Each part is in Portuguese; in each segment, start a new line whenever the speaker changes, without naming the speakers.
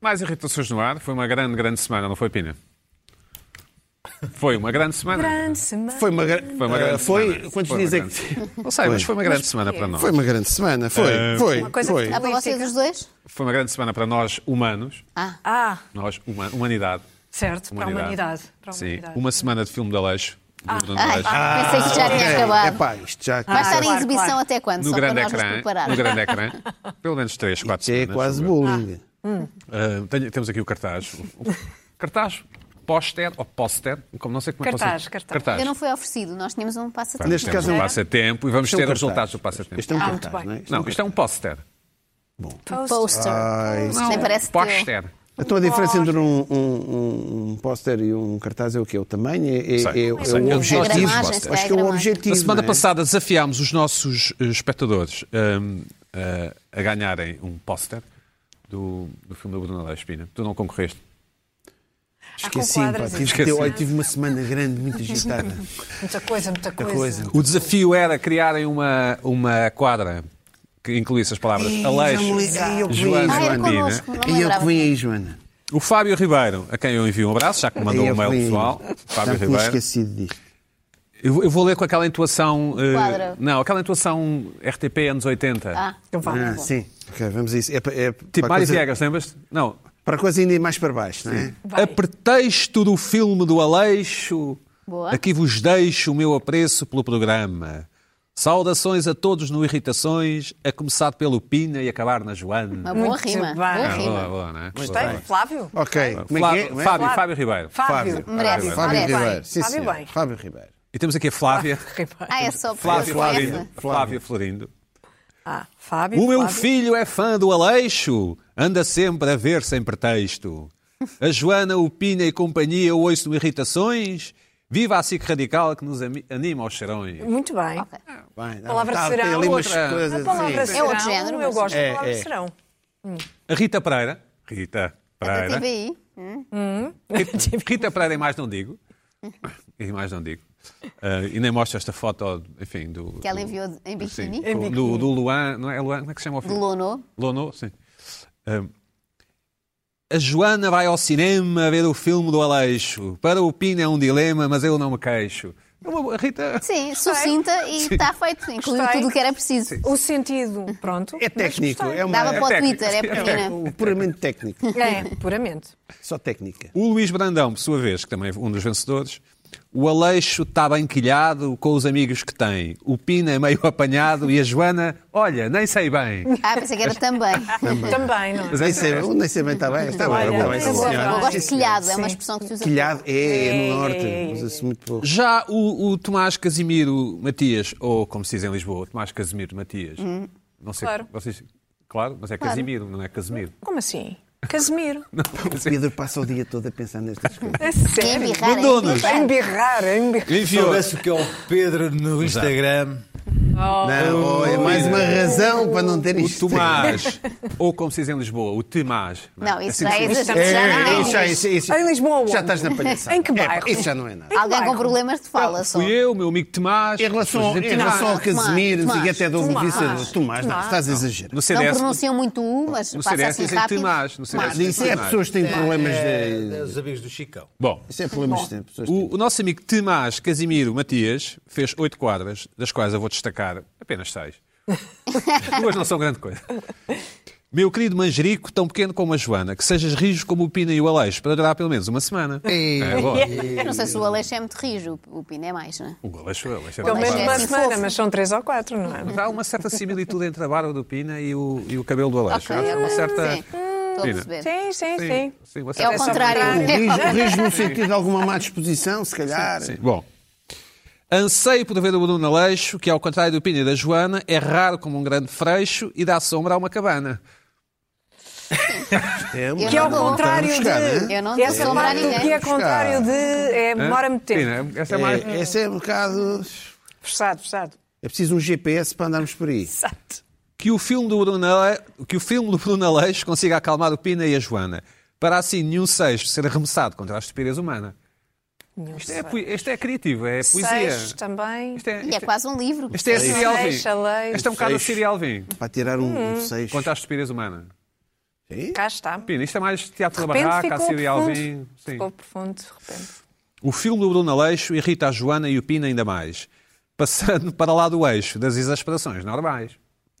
Mais irritações no ar. Foi uma grande, grande semana, não foi, Pina? Foi uma grande semana.
Grande semana.
Foi uma, gra...
Foi uma grande
Ah, foi-
semana.
Quantos
Foi uma
dias é
grande-
que.
Não sei, mas foi uma grande semana para nós.
Foi uma grande semana, foi. foi,
Uma coisa
foi.
que-
Ah, para vocês os dois?
Foi uma grande semana para nós, humanos.
Ah,
Ah,
Nós, huma- humanidade.
certo, para a humanidade. Para a
Sim.
humanidade.
Uma semana de filme de Aleixo. do Bruno
ai,
Aleixo.
Ah.
pensei que já tinha acabado.
É pá, isto já.
Vai estar em
claro,
exibição
claro.
até quando?
no
Só
grande
para nós nos
ecrã. No
prepararmos.
grande ecrã. Pelo menos três, quatro
Isto é
semanas,
quase
julgo eu.
bullying.
Ah, tenho- temos aqui o cartaz. O- o- cartaz? Póster ou póster? Como não sei como é que
Cartaz,
vocês-
cartaz.
Eu não fui oferecido, nós tínhamos um passatempo.
Neste
Temos
caso é
um
um-
passatempo e vamos
Isto é
ter
um
os resultados do passatempo.
Isto é um
Ah, muito
cartaz,
bem.
não é? Isto é um
Não, isto é um póster.
Poster.
Ai,
Nem parece teu.
póster.
Então a diferença entre um, um, um póster e um cartaz é o quê? O tamanho? É,
Sei,
é, é- é
sei.
o
A
objetivo?
gramagem,
se calhar,
Acho que é
a
o
gramagem.
objetivo.
Na semana
não é?
passada desafiámos os nossos eh, espectadores hum, eh, a ganharem um póster do, do filme do Bruno Aleixo Pina. Tu não concorreste.
Esqueci-me, pá.
quadras,
Tive,
esqueci.
olha, tive uma semana grande, muito agitada.
Muita coisa, muita coisa.
coisa.
O desafio era criarem uma, uma quadra que incluísse as palavras Aleixo,
liguei, eu que vi.
Joana
Ah, era
Joana Pina.
connosco, não me
E eu que
lembrava.
vim aí, Joana.
O Fábio Ribeiro, a quem eu envio um abraço, já que me mandou
Aí
um
eu
mail
vim.
pessoal.
Já
Fábio
me tinha
Ribeiro.
esquecido disto.
Eu, eu vou ler com aquela intuação. eh,
Quadra.
não, aquela intuação RTP anos 80.
Ah,
Então vá.
Ah, sim. Ok, vamos a isso. É, pa- é
tipo
para, a
Mário
coisa,
Viegas, lembras-te? Não.
para a coisa ainda ir mais para baixo, não é?
Vai.
A pretexto do filme do Aleixo,
Boa.
aqui vos deixo o meu apreço pelo programa. Saudações a todos no Irritações, a começar pelo Pina e acabar na Joana.
uma boa
Muito
rima.
bem.
Boa
Ah, boa,
rima.
boa, não é?
Gostei. Flávio?
Ok. Como é que é?
Flávio,
Como é?
Fábio, Fábio Ribeiro.
Fábio.
Fábio.
Merece,
Fábio
merece.
Ribeiro. Sim,
Fábio
senhor.
bem.
Fábio Ribeiro.
E temos aqui a Flávia.
Ah, é só por
Flávia
por essa.
Florindo. Flávia Florindo.
Ah, Fábio.
O meu
Flávio.
filho é fã do Aleixo, anda sempre a ver sem pretexto. A Joana, o Pina e companhia eu ouço no Irritações. Viva a SIC Radical que nos ami- anima aos cheirões.
Muito bem.
Ok.
Vai, dá-
Palavra
tá-
será
tem ali umas
outra.
coisas
A palavra
assim.
serão,
outro género,
eu
mas-
gosto
É,
da palavra
é.
serão.
A Rita Pereira. Rita
Da
Pereira.
TVI.
Rita Pereira e mais não digo. E mais não digo. Ah, e nem mostro esta foto, enfim, do.
Que ela é
do-
enviou de- em biquíni.
Sim, do, do, do Luan, não é Luan? Como é que se chama o
Do
filho?
Lono.
Lono, sim. Ahm, a Joana vai ao cinema ver o filme do Aleixo. Para o Pino é um dilema, mas eu não me queixo. É uma boa- Rita,
Sim, sucinta e está feito. Incluiu
Gostei.
tudo o que era preciso.
O sentido, pronto.
É técnico. É uma.
Dava para o
técnico.
Twitter, é pequena.
é puramente técnico.
É, puramente.
Só técnica.
o Luís Brandão, por sua vez, que também é um dos vencedores. O Aleixo está bem quilhado com os amigos que tem. O Pino é meio apanhado e a Joana, olha, nem sei bem.
Ah, pensei que era também.
Também, não é?
Nem sei, eu nem sei bem, está bem. Está bem,
Olha,
está bem,
é
sim,
boa,
senhora.
Eu gosto de
Sim,
quilhado, é uma
Sim.
expressão que se usa.
Quilhado é, é
É,
no
é, é,
norte. Usa-se muito pouco.
Já o, o Tomás Casimiro Matias, ou como se diz em Lisboa, Tomás Casimiro Matias.
Hum.
Não sei,
Claro.
vocês- claro, mas é Casimiro, não é Casimiro.
Como assim? Casimiro.
Não, mas é-
Pedro passa o dia todo a pensar nestas coisas.
É
É
sério.
embirrar, é
Abandonos.
A
embirrar.
Embirrar, a embirrar.
Se
Enviou.
soubesse o que é o Pedro no Instagram.
Não, oh, é mais uma razão para não ter
O
isto.
Tomás, ou como se diz em Lisboa, o Tomás.
Não,
Assim
isso já é
que se-
exagero.
É,
Já não é
isso já-
isso.
isso- isso-
Em Lisboa.
Já estás na palhaçada.
Em que
É, pá,
bairro?
isso já não é nada.
Alguém com
Claro.
problemas de fala só.
Fui eu, meu amigo Tomás.
Em relação,
Mas
em
dizem
relação ao
Tomás.
Casemiro, não sei o que
Tomás,
até dou um
Tomás,
Tomás, Tomás, não,
Tomás.
estás a exagerar.
No
Não
CDS,
pronunciam muito U, mas
no
passa
CDS
assim
dizem
rápido.
Tomás. No CDS dizem
Isso é
Tomás.
pessoas que têm problemas
É,
de.
os amigos do Chicão.
Bom,
Isso é problemas de. pessoas que têm-
o, o nosso amigo Tomás Casimiro Matias fez oito quadras, das quais eu vou destacar apenas seis. Duas não são grande coisa. Meu querido manjerico, tão pequeno como a Joana, que sejas rijo como o Pina e o Aleixo, para durar pelo menos uma semana. É bom.
Eu não sei se o Aleixo é muito rijo, o Pino é mais, não é?
O Aleixo, o Aleixo é
Pelo
muito
menos
Mas é
uma
barato.
assim
semana,
fofo.
mas são três ou quatro, não é?
Mas há uma certa similitude entre a barba do Pina e o, e o cabelo do Aleixo.
Ok.
Há uma certa.
Sim, estou a
Pina.
perceber.
Sim, sim, sim.
Sim, uma
É
certa-
ao
um
contrário.
O rijo, o rijo no sentido de alguma má disposição, se calhar.
Sim. Bom. Anseio por ver o Bruno Aleixo, que ao contrário do Pina e da Joana, é raro como um grande freixo e dá sombra a uma cabana.
É uma-
Eu
Que é
ao
ao
Não, não,
contrário
estamos a buscar,
de.
né?
Eu não
essa
sou
parte do
ninguém.
que é contrário de. É,
Hã?
demora-me tempo.
Pina, essa é mais.
É, Esse é um bocado.
Fechado, fechado.
É preciso um GPS para andarmos por aí.
Exato.
Que, o filme do Bruno Ale... que o filme do Bruno Aleixo consiga acalmar o Pina e a Joana, para assim nenhum seixo ser arremessado contra a estupidez humana.
Nenhum
Isto é, poi- isto é criativo, é poesia.
Seixos também.
Isto é,
E é
isto é,
quase um livro.
isto é a Siri Alvim.
Deixa, deixa.
Isto é um bocado a
Seixo.
Siri Alvim,
Para tirar um, um seixo.
contra a estupidez humana.
Cá está. De
Pina, isto é mais teatro da
repente
barraca, a
ficou
Síria Alvim.
profundo.
Sim.
Ficou profundo, de repente.
O filme do Bruno Aleixo irrita a Joana e o Pina ainda mais, passando para lá do eixo das exasperações normais.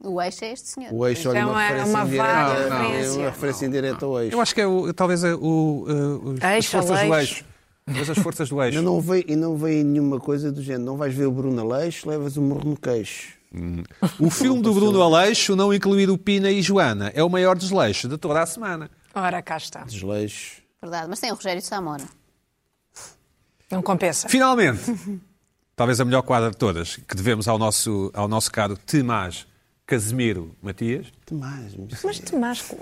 O eixo é este senhor.
O eixo,
Então
olha, uma
é
referência
uma
indireta.
vaga
é uma
referência.
referência indireta ao eixo.
Eu acho que é o- talvez é o, uh, os- as
Eixo,
forças do
Aleixo.
eixo. Talvez as forças do eixo.
Eu não veio, e não veio nenhuma coisa do género. Não vais ver o Bruno Aleixo, levas o morro no queixo.
O filme do Bruno Aleixo não incluir o Pina e Joana é o maior desleixo de toda a semana.
Ora, cá está.
Desleixo.
Verdade, mas tem o Rogério Samora.
Não compensa.
Finalmente, talvez a melhor quadra de todas, que devemos ao nosso, ao nosso caro Tomás Casimiro Matias.
Demais.
Mas te masco.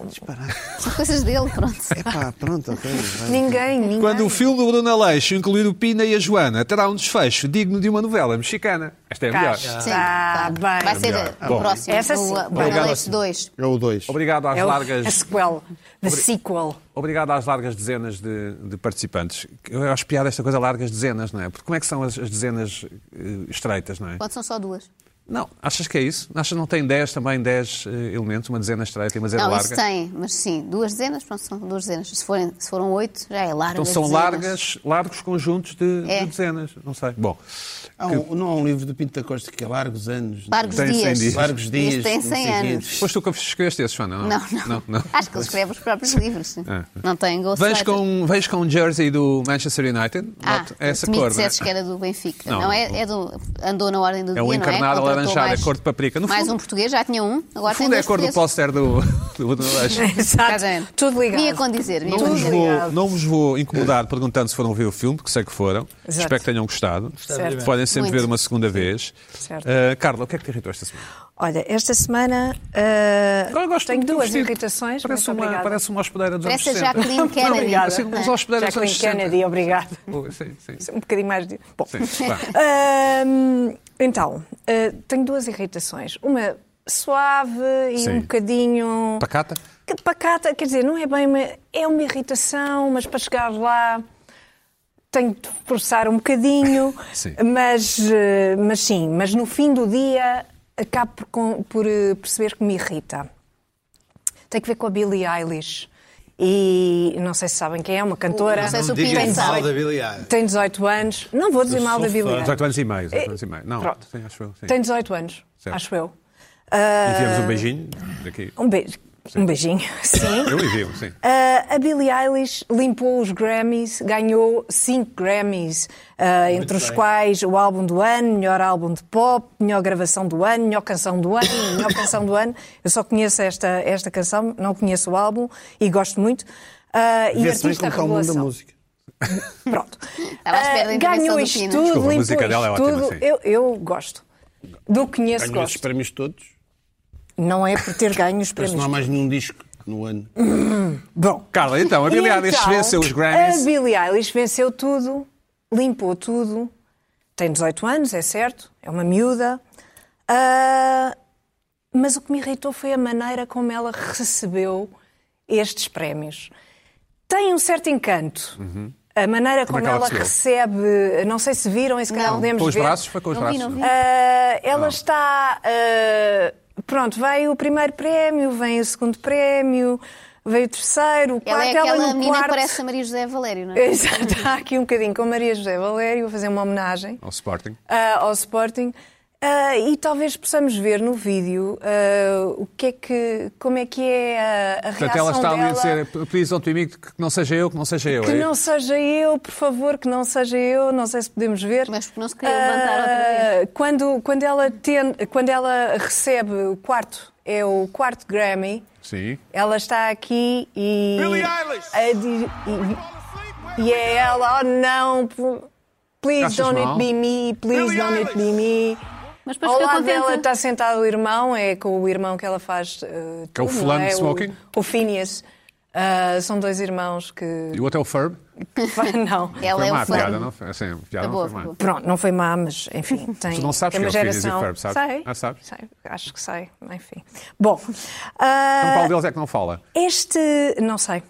São coisas dele, pronto.
É pá, pronto, ok. vai.
Ninguém, ninguém.
Quando o filme do Bruno Aleixo incluir o Pina e a Joana terá um desfecho digno de uma novela mexicana. Esta é a melhor.
Cá
Sim,
está.
claro.
Bem.
Vai ser
Melhor.
o
Bom.
próximo.
É. Essa sim.
O,
Obrigado.
o Alex 2.
É o 2.
Obrigado às
É o-
largas.
a sequel. The sequel.
Obrigado às largas dezenas de, de participantes. Eu acho piada esta coisa, largas dezenas, não é? Porque como é que são as, as dezenas eh, estreitas, não é?
Quando são só duas?
Não, achas que é isso? Achas que não tem 10 também, 10 eh, elementos, uma dezena estreita e uma dezena
não,
é larga?
isso tem, mas sim, duas dezenas, pronto, são duas dezenas. Se, forem, se foram oito, já é larga.
Então são
dezenas.
largas, largos conjuntos de, de
É.
dezenas, não sei. Bom,
Há um- não há um livro do Pinto da Costa que é Largos Anos.
Largos
Tem cem
dias.
dias.
Largos
Isto
Dias.
tem
não sei
100
quê.
anos.
foste tu que escreveste esse, Joana?
Não, não.
não, não.
Acho que ele escreve os próprios livros. Não tem gosto.
Vens com, vens com um jersey do Manchester United?
Ah,
Note essa
se me
cor, não é?
dissesses que era do Benfica.
Não,
Não, é, é do, andou na ordem do
É
dia,
um
não
encarnado
Contratou
alaranjado,
mais-
é cor de paprika. No
mais
fundo-
um português, já tinha um, agora
No fundo
tem
é
dois
a cor do
portugueses.
póster do, do, do Aleixo.
Exato.
Exatamente.
Tudo ligado.
Vinha condizer, vinha
Não vos,
condizer.
vou,
Obrigado.
não vos vou incomodar perguntando se foram ver o filme, que sei que foram.
Exato.
Espero que tenham gostado.
Certo.
Podem sempre
Muito.
ver uma segunda vez.
Certo.
Ah, Carla, o que é que te irritou esta semana?
Olha, esta semana ah,
Agora gosto
tenho
muito do
duas
vestido.
irritações.
Parece
muito
uma,
obrigada.
parece uma hospedeira dos
Parece a
anos 60.
Jacqueline Kennedy.
Obrigada.
Assim, uns hospedeiros dos anos
Jacqueline
60.
Kennedy, obrigado.
Oh, sim, sim.
Um bocadinho mais de. Bom.
Sim, vá.
Ahm, então, ah, tenho duas irritações. Uma suave e
Sim.
um bocadinho.
Pacata?
Que pacata, quer dizer, não é bem uma, é uma irritação, mas para chegar lá tenho de forçar um bocadinho,
Sim.
mas, eh, mas sim, mas no fim do dia acabo por, con- por, eh, perceber que me irrita. Tem que ver com a Billie Eilish. E não sei se sabem quem é, uma cantora.
Não sei se o Pina
Diga
Tem
mal
sabe.
da Billie Eilish.
Tem 18 anos. Não vou dizer
Eu
mal
sou
da
fã.
Billie Eilish.
18 anos e meio. 18 anos e meio. Não,
Pronto.
sim, acho eu. Sim.
Tem 18 anos,
Certo.
acho eu.
E tivemos
ah,
um beijinho daqui.
Um beijo. Um beijinho, sim.
Eu envio, sim.
Uh, a Billie Eilish limpou os Grammys, ganhou cinco Grammys, uh, entre os
bem.
quais o álbum do ano, melhor álbum de pop, melhor gravação do ano, melhor canção do ano, melhor canção do ano. Eu só conheço esta, esta canção, não conheço o álbum e gosto muito. Uh, e
Vê-se bem
artista
como está o mundo da
revelação.
música.
Pronto.
Estava à espera da
Uh,
intervenção
ganhou
do
isto
Pina.
tudo,
Desculpa, a
limpou
música
isto
dela é ótima,
tudo.
sim.
eu, eu gosto. Do que conheço,
Ganhou esses
gosto.
prémios todos.
Não é por ter ganho os
Parece que
prémios.
não há mais nenhum disco no ano.
Bom,
Carla, então, a Billie Eilish
Então,
venceu os Grammys.
A Billie Eilish venceu tudo, limpou tudo. Tem 18 anos, é certo, é uma miúda. Ah, mas o que me irritou foi a maneira como ela recebeu estes prémios. Tem um certo encanto. A maneira como,
é que ela
ela, recebe, não sei se viram, e se calhar
Não.
podemos
Com os
ver.
braços? Foi com os
Não vi,
braços.
não vi.
Ah, ela está. ah, pronto, veio o primeiro prémio, vem o segundo prémio, veio o terceiro, o
Ela
quarto.
é aquela
no
menina que
quarto.
parece a Maria José Valério, não é?
Exato, está aqui um bocadinho com Maria José Valério a fazer uma homenagem
Ao Sporting.
ah, ao Sporting. Ah, e talvez possamos ver no vídeo ah, o que é que, como é que é a, a
Portanto,
reação
ela está ali
dela.
a dizer: please don't be me, que não seja eu, que não seja eu.
Que
É-
não seja eu, por favor, que não seja eu, não sei se podemos ver.
Mas porque não se queria levantar outra
Ah, Quando, quando, ela ten- quando ela recebe o quarto, é o quarto Grammy,
Sim.
ela está aqui e.
Billie Eilish!
a di- e, e é ela, oh não, pl- please
Achas
don't
mal?
it be me, please
Billie
don't it be me.
Mas depois
Ao
ficou
lado
contente.
dela está sentado o irmão, é com o irmão que ela faz. eh,
Que é o
tudo,
fulano
não
de smoking?
O, o Phineas. Ah, são dois irmãos que.
E o outro é o Ferb.
não.
Ela
foi
é
má
o
a
fã.
piada, não foi? Assim, a piada
Acabou,
não foi má.
acabou.
Pronto, não foi má, mas enfim, tem,
Tu não sabes
tem uma
quem é o Phineas e
geração.
Ferb, sabes?
Sei,
Ah, sabes?
sei, acho que sei, enfim. Bom,
Então,
ah,
qual deles é que não fala?
este não sei.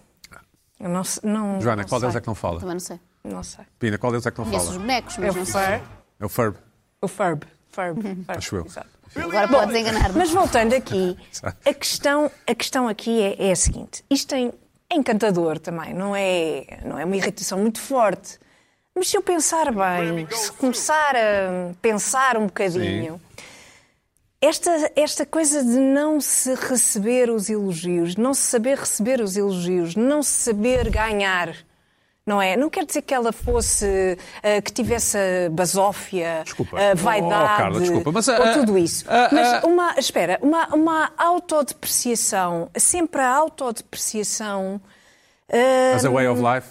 Eu não, se- não,
Joana,
não
qual deles
sei.
é que não fala?
Também não sei.
Não sei.
Pina, qual deles é que não
Conheço os
fala?
bonecos,
É
mas
o
não sei.
Ferb.
É o Ferb.
O Ferb. Ferb. Ferb.
Acho eu.
Exato.
Agora podes enganar-me.
Mas voltando aqui, a questão, a questão aqui é, é a seguinte: isto tem- é encantador também, não é, não é uma irritação muito forte. Mas se eu pensar bem, se começar a pensar um bocadinho, esta, esta coisa de não se receber os elogios, não se saber receber os elogios, não se saber ganhar. Não é? Não quer dizer que ela fosse, ah, que tivesse ah, basófia,
Desculpa.
ah,
Oh,
vaidade,
Carla, desculpa, mas, ah,
ou tudo isso.
ah, ah,
mas uma, espera, uma, uma autodepreciação, sempre a autodepreciação, ah,
As a way of life.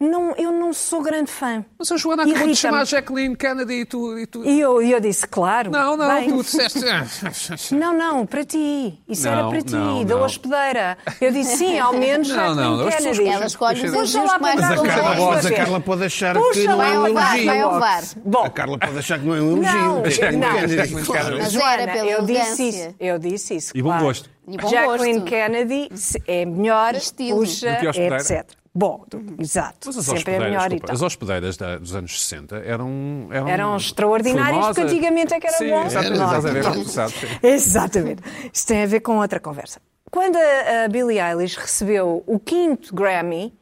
não, eu não sou grande fã.
Mas a Joana acabou de
Irrita-me.
chamar a Jacqueline Kennedy e tu... E tu...
E eu, eu disse, claro.
Não, não,
bem,
tu disseste...
Não, não, para ti. Isso
Não,
era para ti,
não,
da
não.
hospedeira. Eu disse sim, ao menos
Não,
Jacqueline
não, as pessoas
Kennedy.
Ela escolhe os
Puxa
elogios
lá
que mais
para
Mas a
Não,
Carla,
não, não,
pode, a
não.
Carla pode achar
Puxa
que não
lá,
é um
vai ao VAR,
elogio.
vai ao VAR.
Bom.
A Carla pode achar que não é um elogio.
Não,
Tem que
não.
entender.
Claro.
Mas
Joana,
era pela
eu disse
elegância.
isso. Eu disse isso.
E bom
claro.
gosto.
E bom
Jacqueline
gosto.
Kennedy se- é melhor,
E estilo.
Do
puxa,
que a hospedeira.
etc. Bom, do- exato.
Mas as
Sempre é
hospedeiras,
melhor e
desculpa,
tal.
as hospedeiras da- dos anos 60 eram... Eram,
Eram extraordinárias, porque
famosas.
antigamente é que era
sim,
bom.
Exato,
Era,
estás a
exato.
ver, é exato, sim.
Exatamente. Isto tem a ver com outra conversa. Quando a, a Billie Eilish recebeu o quinto Grammy,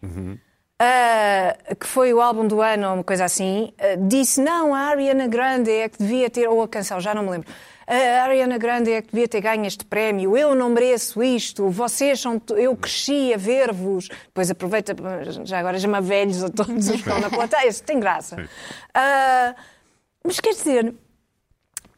ah, que foi o álbum do ano ou uma coisa assim, ah, disse não, a Ariana Grande é que devia ter, ou a canção, já não me lembro. A Ariana Grande é que devia ter ganho este prémio, eu não mereço isto, vocês são. to- Eu cresci a ver-vos. Depois aproveita, já agora chama velhos a todos os que estão na plateia, isso tem graça. Ah, mas quer dizer,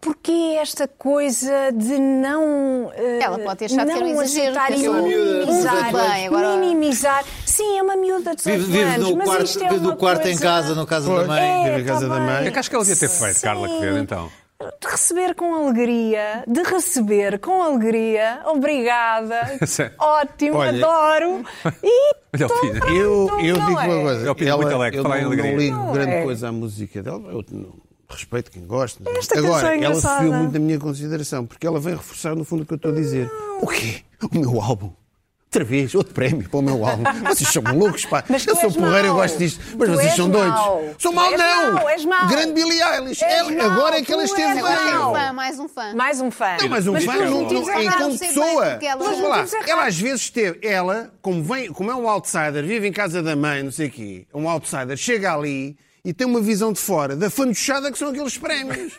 Porquê esta coisa de não. eh,
Ela pode ter achado que era um
não
exagero,
aceitar
que
e
é uma
minimizar,
miúda de 18 anos.
Bem, agora-
minimizar. Sim, é uma miúda de 18
Vive, vive
anos,
no
mas
quarto,
isto é
vive
uma
no quarto
coisa...
em casa, no caso da mãe.
É,
Vive em casa
tá
da mãe.
bem.
O que acho que ela devia ter feito, Carla
Sim.
Quevedo, então?
De receber com alegria, de receber com alegria, obrigada,
Sério?
ótimo,
Olha-
adoro. E
Olha,
tô
Pina.
pronto,
Eu, eu
não
digo
é?
uma coisa.
Eu pinto
ela-
muito alegre,
eu
fala
não,
em
não
alegria.
ligo
Não
grande
é.
coisa à música dela. Eu não- respeito quem gosta.
Esta canção
Agora,
é
ela
engraçada.
subiu muito da minha consideração, porque ela vem reforçar no fundo o que eu estou a dizer. O quê? O meu álbum? Outra vez, outro prémio para o meu álbum. Vocês são malucos, pá.
Mas tu
eu sou
és
porreiro, eu
mau.
gosto disto. Mas
Tu
vocês
és
são doidos.
mau.
Sou
Tu
mau,
és
não.
mau, és mau.
Grande Billie Eilish.
És
Ela-
mau,
agora é que ela
tu
esteve
és
bem.
Agora tem um
Não.
fã, mais um fã.
Mais um fã.
Não, mas um
Mas é
fã
pelos
não,
motivos
não,
errados,
enquanto
sei bem
pessoa.
porque ela-
Pelos
Vamos lá,
motivos
ela
errados.
às vezes teve, ela, como, vem, como é um outsider, vive em casa da mãe, não sei o quê, um outsider, chega ali e tem uma visão de fora da fanduchada que são aqueles prémios.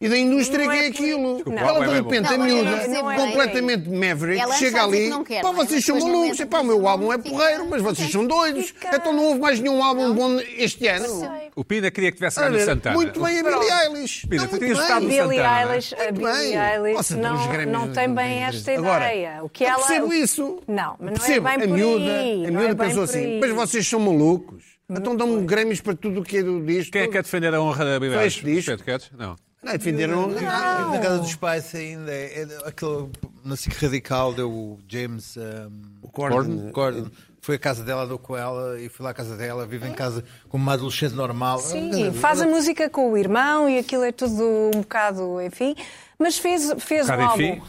E da indústria
Não
que
é
é
por-
aquilo.
Desculpa,
ela de
não é bem
repente,
bom.
a
Não, não é
miúda,
bem bom.
completamente maverick,
Ela
chega
sabe o que
ali,
não quer,
pá,
mas
vocês são
depois no
malucos,
momento
pá, o meu
não
álbum é
fica-
porreiro, mas vocês são doidos.
Fica-
Então não houve mais nenhum álbum bom este ano.
O Pina queria que tivesse
A
ganho o
ver,
Santana.
Muito bem a Billie Eilish.
Pina,
Não,
tu
muito
tinhas estado
bem.
no
Billie
Santana, não é?
Eilish, a
Muito
Billie
bem.
Eilish
Nossa, os
não,
Grammys
não tem bem esta
Agora,
ideia. O que
eu
ela,
percebo isso.
Não, mas não
percebo.
é bem
a
por
miúda,
aí.
A
não
miúda
é bem
pensou
por
assim,
aí. Uhum.
mas vocês são malucos. Então dão-me Grêmios para tudo o que é do disco.
Quem é que quer defender a honra da Billie Eilish?
Fecho disco.
Pedro, queres? Não.
Não, defenderam...
Na na casa dos pais ainda é, é aquele nascido radical deu o James um,
Corden.
Corden. Foi à casa dela, deu com ela e fui lá à casa dela, vive em casa como uma adolescente normal.
Sim, faz a música com o irmão e aquilo é tudo um bocado, enfim. Mas fez, fez um
bocado
álbum.
enfim?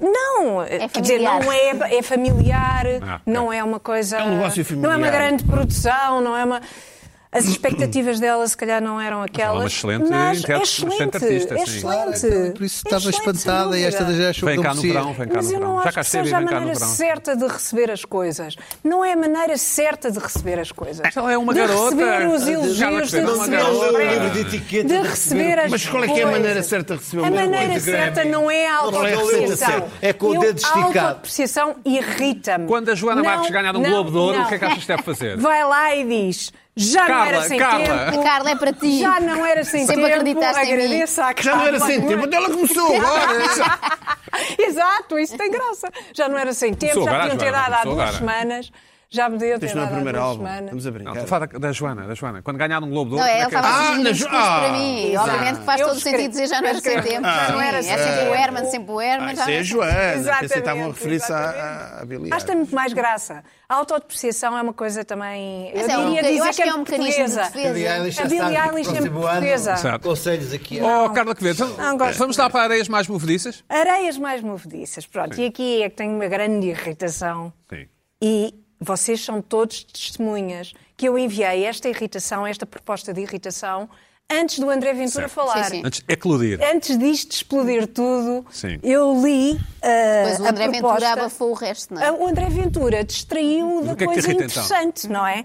Não, quer dizer,
familiar.
não é, é familiar,
Ah,
não
ok.
é uma coisa.
É um negócio
Não é uma
familiar.
grande produção, não é uma. As expectativas dela, se calhar, não eram aquelas.
é uma excelente
mas é
intérprete,
excelente,
excelente artista,
é
sim.
excelente.
Ah, então
então,
Por isso
é
estava
excelente, sem
espantada e esta
dúvida.
já achou
Vem
que
cá
não
no
merecia.
verão, vem cá no
Mas eu não
verão. Já
acho
cá
que
esteve e
seja a
vem cá no
maneira
verão.
certa de receber as coisas. Não é a maneira certa de receber as coisas.
Ela é uma
de
garota.
receber os
Ela
elogios,
é uma
de
garota.
receber
Não,
os
não,
prémios,
não,
livro de etiqueta,
de
de
receber as
Mas qual é que é a
coisas.
maneira certa de receber
A
uma
maneira
coisa?
certa não é a
Qual é a
autoapreciação.
receita? É com o
Eu-
dedo esticado.
A autoapreciação irrita-me.
Quando a Joana
Não,
Marques ganhar um
não,
Globo de Ouro,
não.
o que é que achas que deve fazer?
Vai lá e diz, já não
Carla,
era sem
Carla.
tempo.
Carla, é para ti.
Já não era sem
Sempre
tempo.
acreditaste em mim.
Agradeço à
Já não era
Carla.
sem tempo, até ela começou agora. é
Exato, isso tem graça. Já não era sem tempo,
Começou
já
agora,
podiam ter
Joana,
dado há
começou
duas
agora.
semanas. Já podiam ter
Isto não é o
dado há duas
primeiro álbum.
semanas.
Estamos a
Não, estou a
brincar.
falar da, da Joana, da Joana. Quando ganhar um Globo de
Não,
Ouro,
ela
como é que é?
estava a
assim.
Ah,
fazer um
mas-
discurso
ah,
para mim. Obviamente que faz
Eu
todo o
escrevo-
sentido dizer já não era sem
escrevo-
tempo. Já não era. É sempre o Herman, sempre o
Ah,
Herman. já
isso
não
é
era
a
sempre-
Joana. Pensei que estavam a
Exatamente,
referir-se à- à à Billie
Acho que é tem muito mais graça. A autodepreciação é uma coisa também.
Mas
eu
é
diria
um bocadinho-
dizer
eu
que
acho
é
um mecanismo de
portuguesa.
defesa.
Billie Eilish já
A Billie
sabe que
Eilish é
próximo
portuguesa.
ano,
Sabe.
Conselhos aqui. é
Oh, Carla Quevedo, então,
Não gosto.
vamos lá para areias mais movediças?
Areias mais movediças. Pronto, e aqui é que tenho uma grande irritação.
Sim.
E vocês são todos testemunhas que eu enviei esta irritação, esta proposta de irritação, antes do André Ventura
Certo.
falar.
Sim, sim.
Antes de eclodir.
Antes disto explodir tudo,
Sim.
eu li ah,
Pois o André
a proposta...
Ventura abafou o resto, não é?
Ah, O André Ventura distraiu
Mas
da
o que é que te
coisa
irrita, então?
interessante, não é?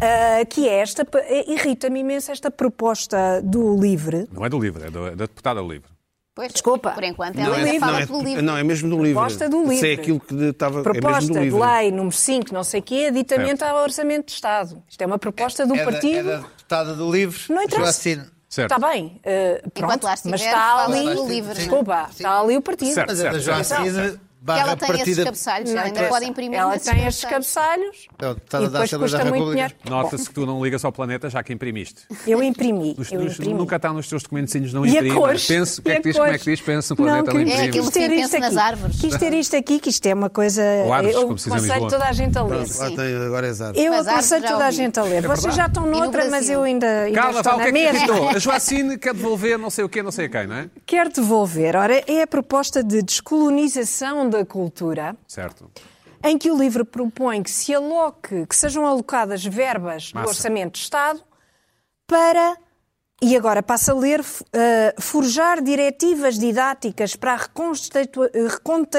Ah, que é esta, irrita-me imenso esta proposta do LIVRE,
Não é do livro, é do- da deputada do livro.
Pois,
Desculpa.
Por enquanto,
Não
ela
é-
ainda
não
fala
é-
pelo livro.
Não, é mesmo do livro.
Proposta do
Isso é
livro.
aquilo que estava. é mesmo
proposta
do
de
livro.
lei número 5, não sei o quê, aditamento ao Orçamento de Estado. Isto é uma proposta do
É da-
partido.
É da deputada do livro.
Não interessa.
Joacine.
Certo.
Está bem, eh, pronto,
Enquanto lá
mas
estiver,
está
fala-se
ali
do livro,
Desculpa, está ali o partido.
Certo,
Mas é da
certo, certo,
Joacine
Que
barra
ela tem esses
partida.
cabeçalhos,
Não
ela ainda
interessa.
pode imprimir
Ela
nesses
tem estes cabeçalhos
cabeçalhos.
É o deputado
e
da
depois
Assembleia da
custa muito
República.
dinheiro.
Nota-se que tu não ligas ao planeta já que imprimiste.
Eu imprimi,
Nos-
eu
nos-
imprimi.
nunca está nos teus documentinhos, não
E
imprime.
a cores.
Penso, o que
e
é
a
que diz, como é
cores.
que diz, pensa, o planeta não,
É
imprime.
aquilo-
quis ter
Sim,
isto
penso nas
aqui.
árvores.
Quis ter isto aqui, que isto é uma coisa...
Ou árvores,
eu
como se diz em
aconselho
Lisboa.
toda a gente a ler.
Pronto, lá tem agora é as árvores.
Eu
Mas árvores
aconselho
já
toda a
ouvi.
gente a ler. Vocês já estão noutra,
Brasil?
mas eu ainda, ainda
É Cala,
estou
vá, o
na
que é que te
mesa.
irritou? A Joacine quer devolver não sei o quê, não sei a quem, não é?
Quer devolver. Ora, é a proposta de descolonização da cultura,
Certo.
em que o livro propõe que se aloque, que sejam alocadas verbas
Massa.
do Orçamento de Estado para, e agora passa a ler, f- eh, forjar diretivas didáticas para a reconstitua- eh,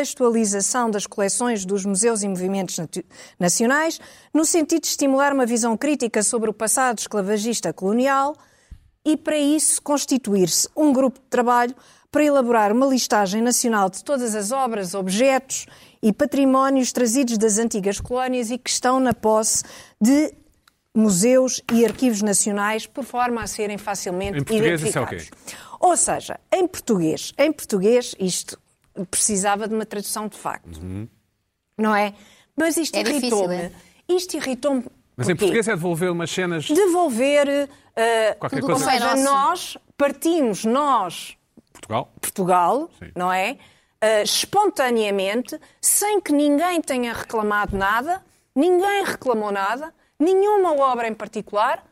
recontextualização das coleções dos museus e movimentos natu- nacionais, no sentido de estimular uma visão crítica sobre o passado esclavagista colonial e, para isso, constituir-se um grupo de trabalho para elaborar uma listagem nacional de todas as obras, objetos e patrimónios trazidos das antigas colónias e que estão na posse de museus e arquivos nacionais, por forma a serem facilmente
Em português, isso é o
identificados. Ou seja, em português, em português, isto precisava de uma tradução de facto.
Uhum.
Não é? Mas isto
É difícil,
irritou-me.
é?
Isto irritou-me.
Mas em
porquê?
português é devolver umas cenas.
devolver. eh,
Qualquer
ou
coisa.
seja,
Nosso.
nós partimos, nós,
Portugal?
Portugal,
Sim.
não é? Eh, espontaneamente, sem que ninguém tenha reclamado nada, ninguém reclamou nada, nenhuma obra em particular,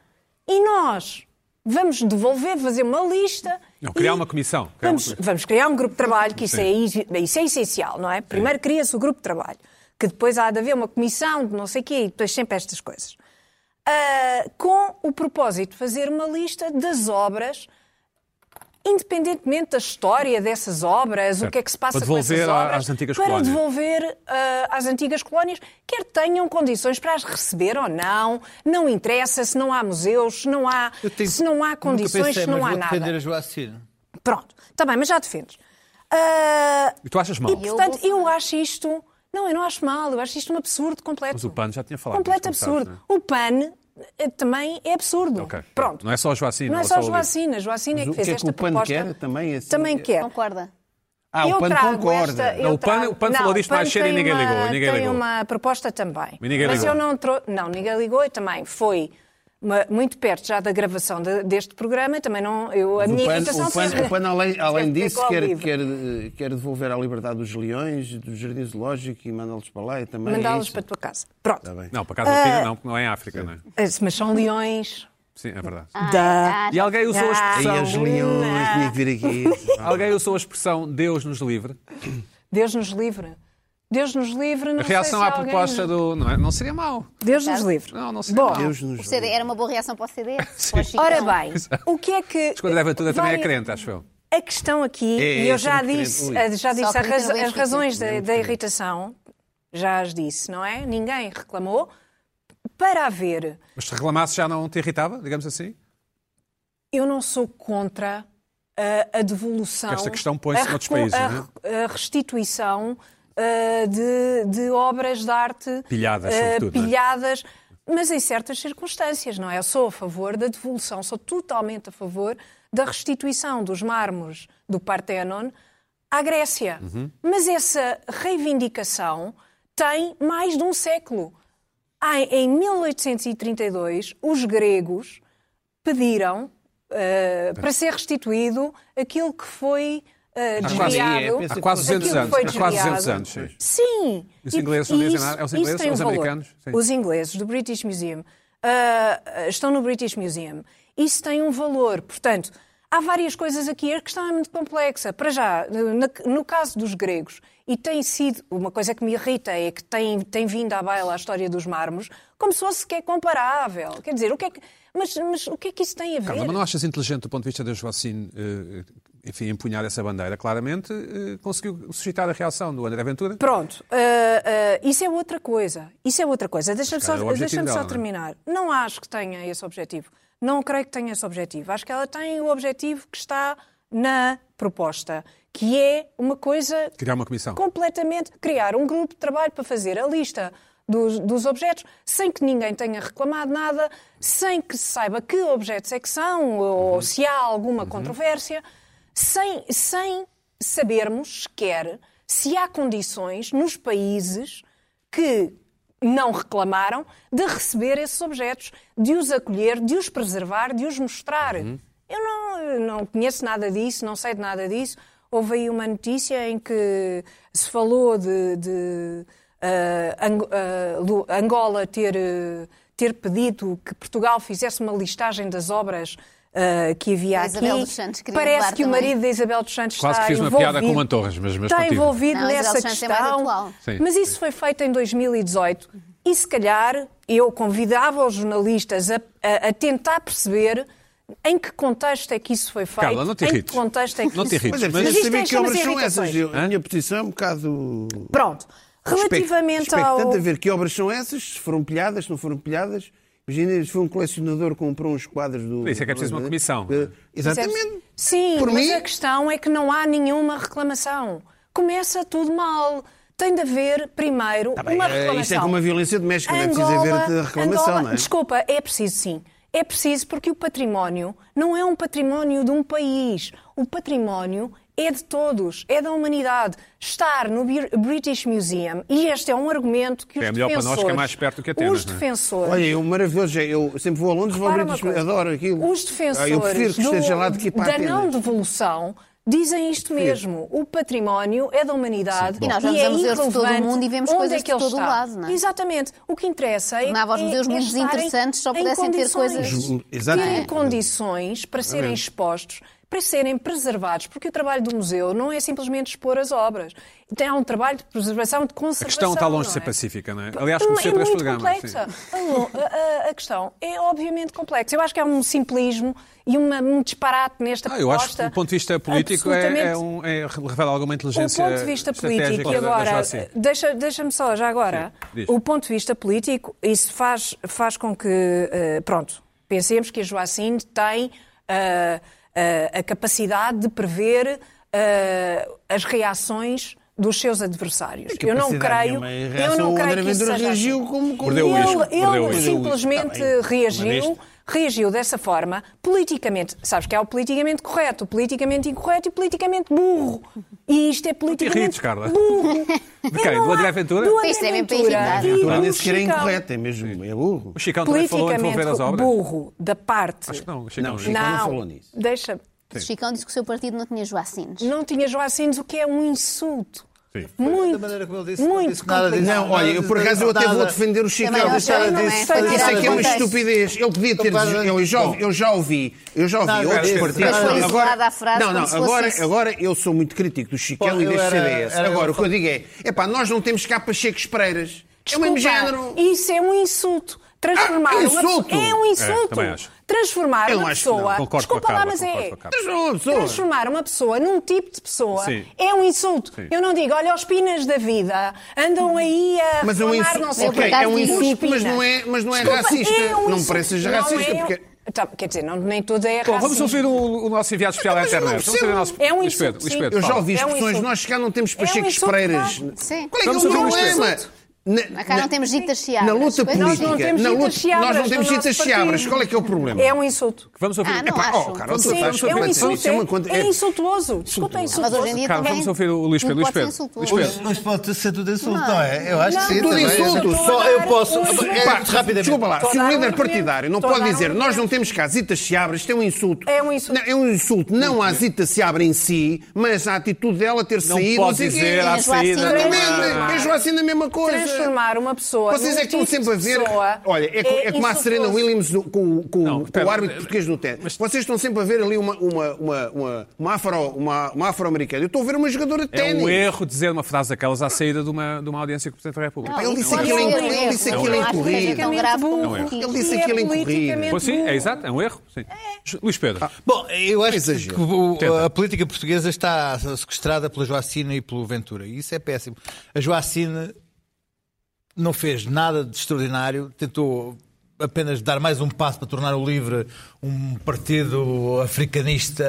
e nós vamos devolver, fazer uma lista.
Não, criar
e
uma comissão. Criar uma
Vamos,
comissão.
vamos criar um grupo de trabalho, que isso é, isso é essencial, não é? Primeiro cria-se o grupo de trabalho, que depois há de haver uma comissão de não sei o quê, e depois sempre estas coisas. Ah, com o propósito de fazer uma lista das obras, independentemente da história dessas obras, o que é que se passa
Para
com essas
devolver a-
obras,
às antigas
para
colónias.
devolver ah, às antigas colónias, quer tenham condições para as receber ou não, não interessa se não há museus, se não há,
Eu tenho-
se não há
nunca
condições,
pensei,
se não
mas
há
vou defender
nada.
a Joacine.
Pronto, está bem, mas já defendes. Ah,
E tu achas mal?
e, portanto, eu, acho isto. Não, eu não acho mal, eu acho isto um absurdo completo.
Mas o PAN já tinha falado.
Completo
mas como
absurdo.
sabes,
O PAN eh, também é absurdo.
é? Ok.
Pronto.
Não é só a Joacine,
Não é
ou só
só a
o
Joacina. A Joacina é que
Mas o
fez
que é que
esta
o PAN
proposta.
quer? Também é assim?
Também quer.
Concorda?
Ah,
Eu
o PAN
trago
concorda.
esta- eu
Não, o PAN-
trago-
o PAN
não,
falou disto
o PAN
mais cedo e
tem
ninguém ligou,
uma-
ninguém
tem
ligou.
uma proposta também.
E ninguém
Mas
ligou.
eu não trouxe. Não, ninguém ligou e também foi. uma- muito perto já da gravação de- deste programa, também não. Eu, a
O
minha
PAN,
irritação
o PAN-
sempre-
o PAN, além, além
sempre
disso,
ficou ao
quer,
livre.
quer, eh, quer devolver a liberdade dos leões, dos jardins zoológicos e mandá-los para lá e também. é
mandá-los
isso. Tá
para a tua casa. Pronto.
bem.
Não, para casa da
Ah.
Tina não, porque não é em África, não é?
Eh, Mas são leões.
Sim, é verdade.
da.
Ah,
E alguém usou a
Ah.
Ai, os
expressão.
leões, tinha que vir aqui.
Alguém usou a expressão Deus nos livre.
Deus nos livre. Deus nos livre. Não
A reação
sei
à
se alguém-
proposta do. Não, é? não seria mau.
Deus nos livre.
Não, não sei.
Bom,
Deus nos
o CD, era uma boa reação para o CD.
ora bem, o que é que.
Mas quando leva tudo também é
Vai-
crente, acho eu.
A questão aqui,
É,
e eu
é
já
sempre
disse, eh,
crente.
já
Só
disse a
crente
razo-
bem
as
fica.
razões da, da irritação, já as disse, não é? Ninguém reclamou. Para haver,
Mas se reclamasse já não te irritava, digamos assim?
eu não sou contra a, a devolução.
Esta questão põe-se
a
noutros
recu-
países,
a,
não é?
a restituição ah, de, de obras de arte.
Pilhadas,
ah,
sobretudo, não é?
pilhadas, mas em certas circunstâncias, não é? Eu sou a favor da devolução, sou totalmente a favor da restituição dos mármores do Partenon à Grécia.
Uhum.
Mas essa reivindicação tem mais de um século. Há- Em 1832, os gregos pediram eh, para ser restituído aquilo que foi eh,
Há quase- é,
desviado.
Há quase 200
aquilo que foi
anos. Há quase 200
desviado.
anos. sim.
Sim.
Os ingleses não
E
dizem
isso-
nada. É os
isso
ingleses
tem um
ou os
valor.
americanos? Sim.
Os ingleses, do British ah, Museum. Ah, estão no British Museum. Isso tem um valor. Portanto, há várias coisas aqui. A questão é muito complexa. Para já, na- no caso dos gregos, e tem sido, uma coisa que me irrita é que tem, tem vindo à baila a história dos mármores, como se fosse que é comparável. Quer dizer, o que é que, mas, mas o que é que isso tem a ver?
Carla, mas não achas inteligente do ponto de vista da Joacine, eh, enfim, empunhar essa bandeira? Claramente eh, conseguiu suscitar a reação do André Ventura.
Pronto, ah, ah, isso é outra coisa. Isso é outra coisa. Deixa-me
Se calhar
só,
é o objetivo
deixa-me só
dela, não é?
terminar. Não acho que tenha esse objetivo. Não creio que tenha esse objetivo. Acho que ela tem o objetivo que está na proposta, que é uma coisa
Criar uma comissão.
completamente criar um grupo de trabalho para fazer a lista dos, dos objetos, sem que ninguém tenha reclamado nada, sem que se saiba que objetos é que são ou se há alguma controvérsia, sem, sem sabermos sequer se há condições nos países que não reclamaram de receber esses objetos, de os acolher, de os preservar, de os mostrar.
Uhum.
Eu não, eu não conheço nada disso, não sei de nada disso. Houve aí uma notícia em que se falou de, de, ah, Ang- ah, Lu- Angola ter, eh, ter pedido que Portugal fizesse uma listagem das obras ah, que havia
A
aqui.
Isabel dos Santos queria
Parece
levar
que o
também.
marido da Isabel dos Santos
Quase
está
que fiz uma
envolvido.
piada com o Antônio Torres, mas- mas
está
continua.
envolvido
Não, a
nessa
Isabel dos Santos é mais
questão.
atual.
Sim.
Mas isso foi feito em 2018 e se calhar eu convidava os jornalistas a, a- a tentar perceber em que contexto é que isso foi feito.
Carla, não te
em que
irrites.
contexto é que
Não te
isso
irrites.
Mas é
Mas
preciso
isto
saber
é-
que obras são
chama-se
essas.
irritações.
A minha posição é um bocado.
Pronto. Relativamente
expecto,
ao.
Tanto a ver que obras são essas, se foram pilhadas, se não foram pilhadas. Imagina, se foi um colecionador que comprou uns quadros do.
Isso é que é preciso uma comissão.
Eh,
Percebes?
Exatamente.
Sim,
Por
mas
mim-
a questão é que não há nenhuma reclamação. Começa tudo mal. Tem de haver, primeiro, uma
eh,
reclamação.
isto é como a violência doméstica, não é preciso haver reclamação,
Angola-
não é?
Desculpa, é preciso sim. É preciso porque o património não é um património de um país. O património é de todos, é da humanidade. Estar no Bir- British Museum, e este é um argumento que os
É melhor para nós, que é
defensores-
mais perto do que Atenas,
Os
não é?
defensores
Olha, eu maravilhoso. Eu sempre vou a Londres, vou
Repara
abrir
uma
disco,
coisa.
adoro aquilo.
Os defensores
Ah, eu prefiro que
do-
esteja lá do que é, ir para
da
Atenas.
não devolução dizem isto mesmo. O património é da humanidade.
E nós vamos
é
a museus de todo o
irrelevante
mundo e vemos
onde
coisas
é que ele
de todo o
está.
lado, não é?
Exatamente. O que interessa é.
Tornava os
é-
museus
é
muito
estarem
interessantes, só
em
pudessem ter
condições.
coisas-
Exato.
Terem
É.
condições para serem expostos. Para serem preservados, porque o trabalho do museu não é simplesmente expor as obras. Tem, há um trabalho de preservação, de
A
conservação.
questão está longe de ser
não é?
pacífica, não é? Aliás,
Hum,
comecei
é
por este
muito
programa. sim.
complexa. Alô, a, a- a questão é obviamente complexa. Eu acho que há um simplismo e uma- um disparate nesta
Ah, eu
proposta.
acho que do ponto de vista político
absolutamente-
é, é um, é- revela alguma inteligência
o ponto de vista
estratégica
político, e
da- da
agora,
Joacine.
deixa- deixa-me só, já agora,
Sim, diz.
o ponto de vista político, isso faz, faz com que, eh, pronto, pensemos que a Joacine tem ah, ah, a capacidade de prever ah, as reações dos seus adversários. Eu não
É Capacidade
creio,
nenhuma. Em
eu
reação,
não
o
creio
André
que isso
Ventura
seja assim.
reagiu como... como...
Mordeu o
Ele-
isco, mordeu o
Ele
isco.
simplesmente
Está bem.
reagiu, reagiu dessa forma, politicamente. Sabes que há o politicamente correto, o politicamente incorreto e o politicamente burro. E isto é politicamente
irrites, Carla.
burro.
De quem?
Eu não
Do André
acho-
Ventura?
Do André
Isto é mesmo para
Ventura.
irritar.
E
Não é
do
nem sequer é
Chicão.
incorreto, é mesmo, é burro.
O Chicão também falou em devolver as
Politicamente
obras.
burro da parte...
Acho que não, o Chicão
Não,
não.
o Chicão- não falou nisso.
deixa...
O Chicão disse que o seu partido não tinha Joacines.
Não tinha Joacines, o que é um insulto.
Sim.
Da
Muito,
maneira como ele disse, não
muito
disse nada disso.
Não, olha, eu por acaso eu até vou defender o Chicão.
Também não
Isso
sei, não é?
Foi tirado
é que é uma
contexto.
estupidez. Ele podia ter. Eu já, eu já ouvi, eu já ouvi
então. Não,
outros
espera,
partidos.
espera. Mas foi
isolada a frase
não, não,
como se fosse
agora,
isso.
agora eu sou muito crítico do Chicão
Pô,
e
eu
deste
era-
CDS.
era-
agora, o que eu digo é: epá, nós não temos cá Pachecos Pereiras. É o
Desculpa,
mesmo género.
Isso é um insulto. Transformar
Ah,
uma
insulto!
pessoa- É um
É,
insulto.
também acho.
Transformar
Eu
uma
acho que não.
pessoa.
Concordo com a
Desculpa lá,
Carla.
mas
concordo
é.
com a Carla.
Mas não, pessoa.
Transformar uma pessoa num tipo de pessoa
Sim.
é um insulto. Eu não digo, olha, os pinas da vida andam aí a
Mas é um
reclamar,
insulto,
não sei o
ok,
quê.
é um
Os
insulto, mas
Pina.
não é- mas não é
Desculpa,
racista.
é um
Não me
insulto.
pareces
Não
racista,
é um-
porque-
Tá, quer dizer, não, nem tudo é
Bom,
racista.
vamos ouvir o, o nosso enviado especial à
Mas eu não
internet. Vamos ouvir o nosso...
percebo. É um
Luís Pedro,
insulto,
Luís
sim.
Pedro,
Eu já
fala.
ouvi
É um
expressões,
insulto.
nós cá não temos
É um
Pachecos
insulto,
Pereiras.
claro.
Sim.
Qual é que é o
Vamos ouvir o Luís
problema?
Pedro.
Na-
Cá não temos ditas chiadas.
Na luta
Pois não.
nós
política,
não temos
na luta,
ditas chiabras
nós não temos
no
ditas
nosso
chiabras.
partido.
Qual é que é o problema?
É um insulto.
Vamos ouvir...
Ah, não
Epá,
acho.
oh, Carla,
Sim,
vamos
Sim,
ouvir-
é um
Isso é uma
insulto.
contra-
É
é-
insultuoso. Desculpa, é
Mas hoje em
insultuoso.
dia
Carla,
também
vamos ouvir o Luís Pedro.
não
Luís
pode
Pedro,
ser insultuoso.
Luís Pedro.
Mas pode ser tudo insulto, não é? Eu acho que sim.
Tudo
também.
insulto.
Só eu posso.
Tudo
É,
Pá,
rapidamente.
Desculpa lá,
Estou
se
a
um
dar um
líder
argumento.
partidário não
Estou a
pode
dar um
dizer nós
argumento.
não temos cá Zita Seabra, isto é um insulto.
É um insulto.
Não, é um insulto, não à Zita Seabra em si, mas à atitude dela ter
Não
saído.
pode
sei o quê.
dizer à
Mas lá assim,
saída...
não é?
não é?
Exatamente, é Joacine a mesma
Ah.
coisa.
transformar uma pessoa
Vocês
num
é que estão
tipo
sempre a
de
ver.
pessoa
Olha, é, co- é como a
insultuoso.
Serena Williams no- com, com-
Não,
com
espera,
o árbitro
mas-
português no ténis. Vocês estão sempre a ver ali uma, uma, uma, uma, uma afro, uma, uma afro-americana. Eu estou a ver uma jogadora de
É
ténis.
um erro dizer uma frase daquelas à saída de uma, de uma audiência com o Presidente da República.
Não,
é
Ele disse
pode
aquilo em-
ser
ele
erro.
disse aquilo
Eu
em
acho que seja tão
corrida.
grave como
Não é.
aquilo.
Ele disse
E é
aquilo em
politicamente-
corrida.
Pois sim, é exato, é um erro. Sim. Luís Pedro,
Bom, eu acho que
Exagero.
o-
É Tenta.
a política portuguesa está sequestrada pela Joacina e pelo Ventura. E isso é péssimo. A Joacina não fez nada de extraordinário, tentou apenas dar mais um passo para tornar o LIVRE um partido africanista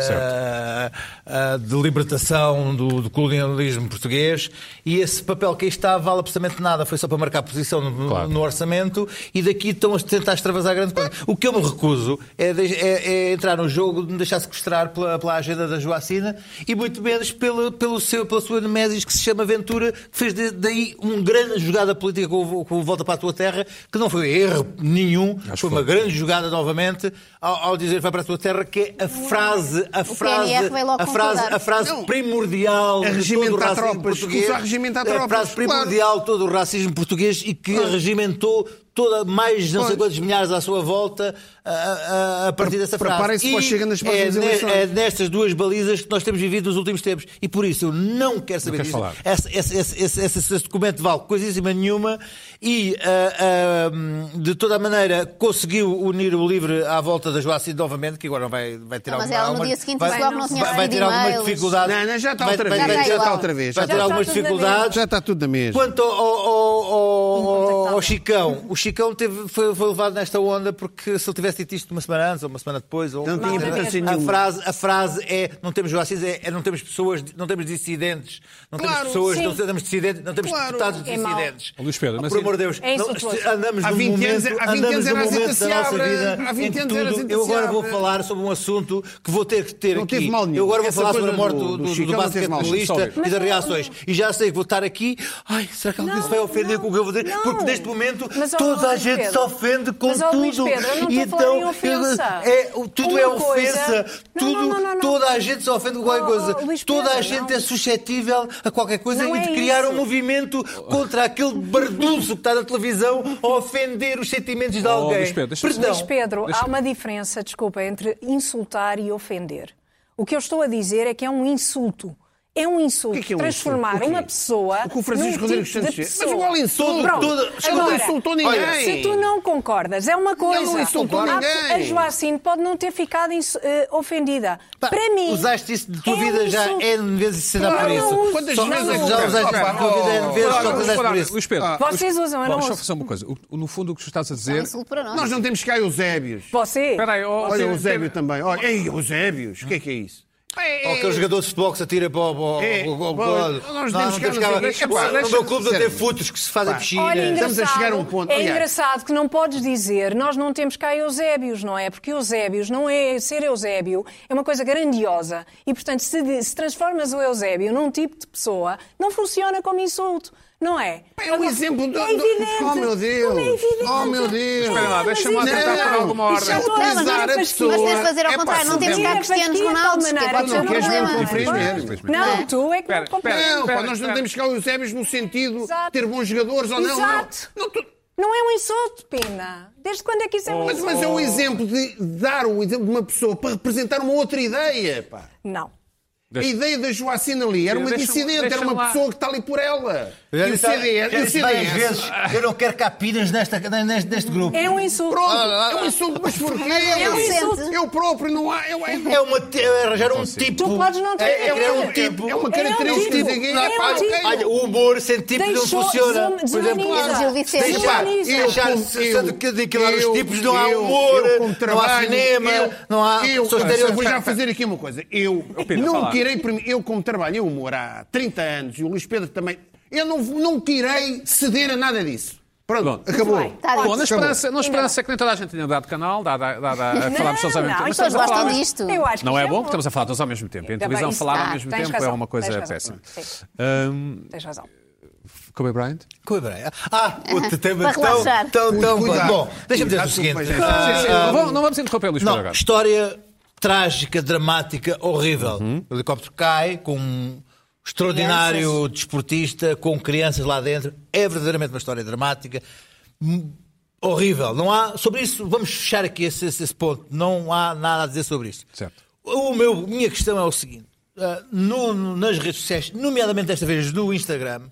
ah, ah, de libertação do, do colonialismo português e esse papel que aí está vale absolutamente nada, foi só para marcar posição no,
Claro.
no orçamento e daqui estão a tentar extravasar grande coisa. O que eu me recuso é, de- é- é entrar no jogo de me deixar sequestrar pela, pela agenda da Joacina e muito menos pelo, pelo seu, pela sua Nemesis que se chama Ventura, que fez de- daí uma grande jogada política com, o- com o Volta para a Tua Terra, que não foi erro nenhum, foi uma grande jogada novamente ao, ao dizer vai para a tua terra, que é a frase, a frase,
PNR veio logo
a frase,
concordar.
a frase
Não.
primordial
É
de todo o
regimentar
racismo
tropas,
português, É
escusa a regimentar
a
tropas, claro.
frase primordial mundial todo o racismo português e que regimentou toda mais não sei
Pois.
quantos milhares à sua volta a, a- a partir dessa frase.
preparem-se para
E
o Chega nas
é,
próximas eleições.
é nestas duas balizas que nós temos vivido nos últimos tempos. E por isso eu não quero saber
Não queres
disso.
falar.
Esse, esse- esse- esse- esse- esse documento vale coisíssima nenhuma e ah, ah, de toda a maneira conseguiu unir o livre à volta da Joacine novamente, que agora não vai, vai ter
Não, Ah, mas
alguma,
ela no
alguma-
dia seguinte
vai,
disse logo que não tinha
vai- vai ter
recebido
alguma
e-mails.
dificuldade.
Não, não, já está
Vai-
outra
vai-
vez.
vai ter-
Já está
outra vez.
Vai ter
Já está
algumas
tudo na mesma.
dificuldades.
Já está tudo na mesma.
Quanto ao, ao- ao- ao-
Incontactável.
ao Chicão, o Chicão teve- foi, foi levado nesta onda porque se ele tivesse dito isto uma semana antes ou uma semana depois, ou
Não tem importância
a,
nenhuma.
frase, a frase é não temos Joacis, é, é não temos pessoas, não temos dissidentes, não
Claro,
temos pessoas,
sim.
não temos dissidentes, não temos
Claro.
deputados
É mau.
dissidentes.
Ó, Luís Pedro, mas
Ah, por
é-
assim,
amor de Deus,
É
não,
insultuoso.
est- andamos
Há
num
20 anos-
é-
momento,
há 20
andamos
anos
num
era assim
momento
que
da
se
nossa
abre.
vida.
Há 20
em que
anos era
tudo-
assim que
Eu
se
agora vou
abre.
falar sobre um assunto que vou ter que ter
Não
aqui.
teve mal nenhum.
Eu agora vou
Essa
falar sobre a
coisa
morte
do-
do,
do
do, do
Chicão não teve mal nenhum.
basquetebolista
Sorry.
e das reações. E já sei que vou estar aqui. Ai, será que alguém
Não,
se vai ofender
não,
com o que eu vou dizer?
não.
Porque neste momento
Mas, ó,
toda a
Luís
gente
Pedro,
se ofende com
mas, ó,
tudo.
Luís Pedro, eu não
e
estou a falar em
então
ofensa.
eu- é, o- tudo é
Uma coisa-
ofensa.
Não,
Tudo,
não, não, não, não.
Toda a gente se ofende com qualquer
Oh,
coisa.
oh, Luís
toda a
Pedro,
gente
não.
é suscetível a qualquer coisa
Não
e de
é
criar
isso.
um movimento contra aquele bardunço que está na televisão a ofender os sentimentos de alguém.
Oh, Luís Pedro, deixa-me-
Perdão.
Luís Pedro,
Deixa-
há uma diferença, desculpa, entre insultar e ofender. O que eu estou a dizer é que é um insulto. É um insulto
O que é que é um
transformar
insulto? O quê?
uma pessoa.
O que o
num
Francisco Rodrigues
tipo de
Santos fez. Mas
pessoa.
igual insulto.
Pronto.
Toda-
Ele não
Agora,
insultou ninguém.
olha,
Se tu não concordas, é uma coisa.
não insultou
Há-
ninguém.
A Joacine pode não ter ficado insu- eh, ofendida.
Pá,
Para mim.
Usaste isso de tua
é um
vida já
insulto.
N vezes e será por
Não, não
isso.
uso.
Quantas
Só-
vezes é que
já
usaste
usaste
isso?
para a tua vida N vezes,
Ah,
só
vamos
usaste
parar.
por isso.
Luís Pedro,
Vocês usam, eu
Bom,
Ah, não
deixa eu
uso.
fazer uma coisa. O- No fundo, o que tu estás a
É um
dizer.
insulto para nós.
Nós não temos cá Eusébios.
Você.
Espera aí, ó,
Olha,
Pedro,
Eusébio
Pedro.
também. Olha, ei, Eusébios, o que é que é isso?
Ou aquele jogador de futebol que se atira para o.
É,
para o- para o-
bom,
para o-
nós
Não,
temos
não
que
temos
andar-
cá-
deixa-
No
deixa-
meu clube não tem
sério.
futos que se fazem
Pá.
piscina.
Olha,
Estamos a
engraçado-
chegar a um ponto-
É
Aliás-
engraçado que não podes dizer nós não temos cá Eusébios, não é? Porque Eusébios não é ser Eusébio, é uma coisa grandiosa. E, portanto, se, de- se transformas o Eusébio num tipo de pessoa, não funciona como insulto, não é?
É um
Agora,
exemplo do.
É
do-
evidente.
Oh meu Deus!
Como é evidente.
Oh meu Deus!
Espera lá, deixa-me lá
Mas
tentar
isso-
por alguma
Não,
ordem.
isso é
Não, mas
utilizar a
nós- mas
pessoa.
tens de fazer ao
É pá,
contrário, não
se
temos
der-
cá Cristianos Ronaldos, que é para
Maneira,
tu
o
não
teu
queres ver o
problema.
conflito
Pois.
mesmo.
Não, tu é que
Espera,
não compreendes.
espera.
Não, pá, nós
Espera.
não temos cá Eusébios no sentido de
Exato.
ter bons jogadores ou não. não.
Exato.
Não, tu-
Não é um insulto, Pina. Desde quando é que isso é um
Mas,
insulto?
mas é um exemplo de dar um exemplo de uma pessoa para representar uma outra ideia. Pá.
Não.
A
Deixa-
ideia da Joacina ali era uma
Deixa-me-
dissidente, era
deixa-me
uma
lá.
pessoa que está ali por ela. E
Já
o
disse-
CDS.
já
e o
disse várias
CDS.
vezes, Eu não quero capinas nesta- neste neste grupo.
É um insulto.
Pronto, é um insulto, mas porquê? É um insulto. Eu próprio não há. Eu, é,
É uma te- é arranjar um tipo.
Tu podes não ter-
É, é criar um
é-
tipo.
é uma
característica
É um tipo.
de gay.
Não,
É um
pá,
tipo.
Olha, o humor sem tipos Tipo, não
Deixou-
funciona.
desuman-
Por exemplo,
desumaniza.
Gil Vicente.
Deixa pá,
Desumaniza.
eu achar- sendo que daquilo há os tipos, não há humor, não há cinema, não há
eu,
pessoas
olha,
exteriores.
Vou já fazer aqui uma coisa. Eu
Pedro, fala.
não querei. permi- Eu, como trabalho em humor há 30 anos e o Luís Pedro também, eu não, não querei ceder a nada disso. Pronto,
Pronto.
acabou.
Muito bem.
Tá
Bom,
dito.
na esperança, na
Ainda
esperança que nem toda a gente tenha dado de canal, dada, dada a falarmos todos ao mesmo tempo.
não,
Mas
então
estamos a
gostam
falar-
disso. disto.
Eu acho que
Não é
isso
bom
bom.
que estamos a falar todos ao mesmo tempo. Em
Ainda
televisão,
Tá bem, isso
falar
dá.
ao mesmo
Tens
tempo é
razão,
uma coisa
tens razão.
péssima.
Sim,
Hum,
Tens razão.
Kobe Bryant?
Coibra. Ah, outro tema
Para
tão,
relaxar.
tão, tão
Cuidado.
bom. Deixa-me dizer o
Cuidado, desculpa,
seguinte.
gente.
Sim, sim, não, vamos- não vamos interromper, Luís Pedro,
Ah, Não,
agora. Uhum.
história trágica, dramática, horrível. O helicóptero cai com um extraordinário desportista, com crianças lá dentro. É verdadeiramente uma história dramática. Hum, Horrível. Não há... Sobre isso, vamos fechar aqui esse, esse- esse ponto. Não há nada a dizer sobre isto.
Certo.
O meu, a minha questão é o seguinte: Ah, no- no- nas redes sociais, nomeadamente desta vez no Instagram,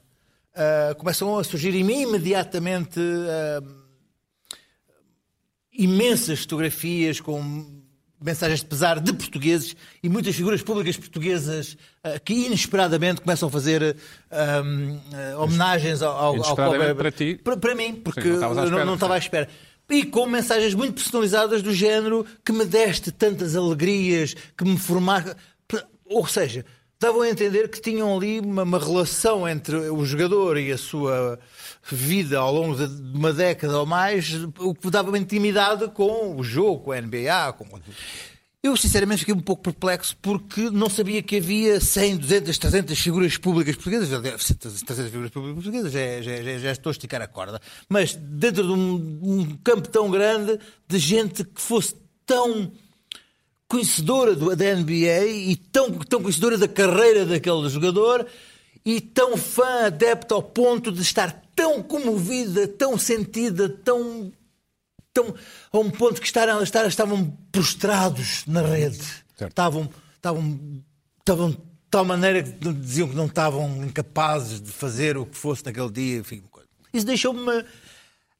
ah, começam a surgir im- imediatamente ah, imensas fotografias com mensagens de pesar de portugueses e muitas figuras públicas portuguesas ah, que inesperadamente começam a fazer ah, ah, homenagens ao, ao, ao
Inesperadamente
Kobe.
para ti?
Para, para mim, porque
Sim, não estavas à
eu
espera.
não, não estava à espera. E com mensagens muito personalizadas do género que me deste tantas alegrias, que me formaste. Ou seja, davam a entender que tinham ali uma, uma relação entre o jogador e a sua vida ao longo de de uma década ou mais, o que dava uma intimidade com o jogo, com a NBA. Com... Eu sinceramente fiquei um pouco perplexo porque não sabia que havia 100, 200, 300 figuras públicas portuguesas. Já deve ser 300 figuras públicas portuguesas, já, é, já, já, já estou a esticar a corda. Mas dentro de um, um campo tão grande de gente que fosse tão conhecedora do, da NBA e tão, tão conhecedora da carreira daquele jogador e tão fã, adepta ao ponto de estar tão comovida, tão sentida, tão tão, a um ponto que estavam, estavam, estavam prostrados na rede. Estavam, estavam, estavam de tal maneira que não- diziam que não estavam incapazes de fazer o que fosse naquele dia. Enfim, uma coisa. Isso deixou-me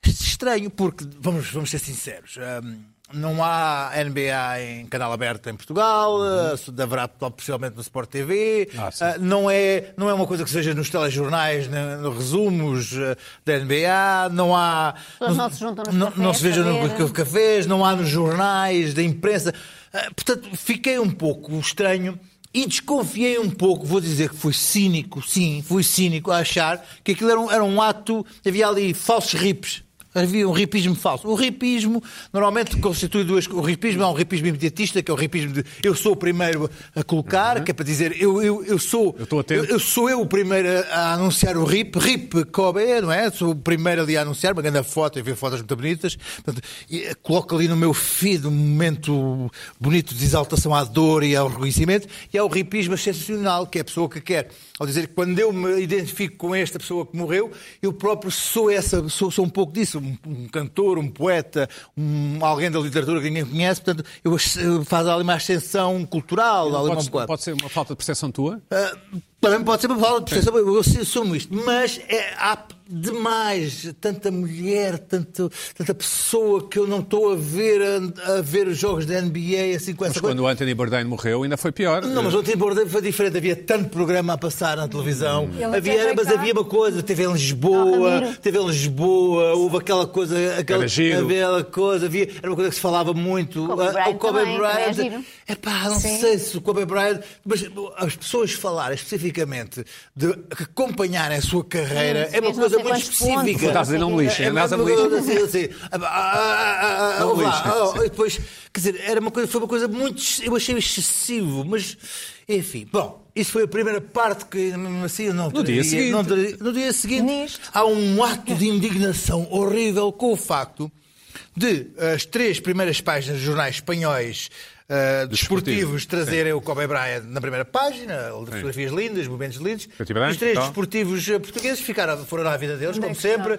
estranho, porque, vamos, vamos ser sinceros, hum, não há NBA em canal aberto em Portugal, eh, haverá possivelmente no Sport TV,
Uhum. Ah, sim.
ah, não é, não é uma coisa que seja nos telejornais, né, nos resumos eh, da NBA, não há.
pessoas não se juntam nos
não,
cafés
não se vejam
para ver.
no cafés, não há nos jornais, da imprensa. Ah, Portanto, fiquei um pouco estranho e desconfiei um pouco, vou dizer que fui cínico, sim, fui cínico a achar que aquilo era um, era um ato, havia ali falsos rips. Havia um ripismo falso. O ripismo normalmente constitui duas coisas. O ripismo é um ripismo imediatista, que é o ripismo de eu sou o primeiro a colocar, que é para dizer eu, eu, eu sou.
Uhum. Eu estou atento.
eu- eu sou eu o primeiro a- a anunciar o RIP, RIP Kobe, não é? Sou o primeiro ali a anunciar, uma grande foto, eu vi fotos muito bonitas. Portanto, e, eh, coloco ali no meu feed um momento bonito de exaltação à dor e ao reconhecimento. E há o ripismo excepcional, que é a pessoa que quer, ao dizer que quando eu me identifico com esta pessoa que morreu, eu próprio sou essa, sou, sou um pouco disso, um, um cantor, um poeta, um, alguém da literatura que ninguém conhece, portanto, eu, as- eu faz ali uma ascensão cultural, ali uma
Pode,
bocado.
pode ser uma falta de percepção tua?
Ah, também pode ser uma fala de percepção, eu assumo isto, mas é, há demais, tanta mulher, tanto, tanta pessoa que eu não estou a ver a, a ver os jogos da NBA assim com essa
Mas
coisa.
quando o Anthony Bourdain morreu ainda foi pior.
Não, mas ontem Bordeiro foi diferente. Havia tanto programa a passar na televisão.
Ele até
Havia,
vai
mas
cá.
havia uma coisa. Teve em Lisboa,
Oh, Ramiro.
teve em Lisboa, houve aquela coisa. Aquela,
Era giro.
Aquela coisa, havia, era uma coisa que se falava muito.
Kobe
Ah,
Bryant
o Kobe
também, também é
Bryant.
giro.
Epá, não sei se o Kobe Bryant. Mas as pessoas falarem especificamente de que acompanharem a sua carreira
Sim, assim,
é uma
mas não
coisa
sei
muito
quantos pontos.
específica.
Estás a dizer, não me lixem,
É
andas a me
uma
lixem.
coisa assim, assim, ah, ah, ah, ah,
Não
ouve lá,
lixem,
ah,
sim.
e depois, quer dizer, era uma coisa, foi uma coisa muito. ex- Eu achei excessivo, mas enfim. Bom, isso foi a primeira parte que, mesmo assim, eu não
No dia seguinte.
não teria- no dia seguinte,
Nisto.
há um ato de indignação horrível com o facto de as três primeiras páginas de jornais espanhóis. ah, desportivos trazerem o Kobe Bryant na primeira página, fotografias lindas, momentos lindos.
Preto e branco,
Os três
tal.
desportivos eh, portugueses ficaram, foram à vida deles, como
é que está?
sempre.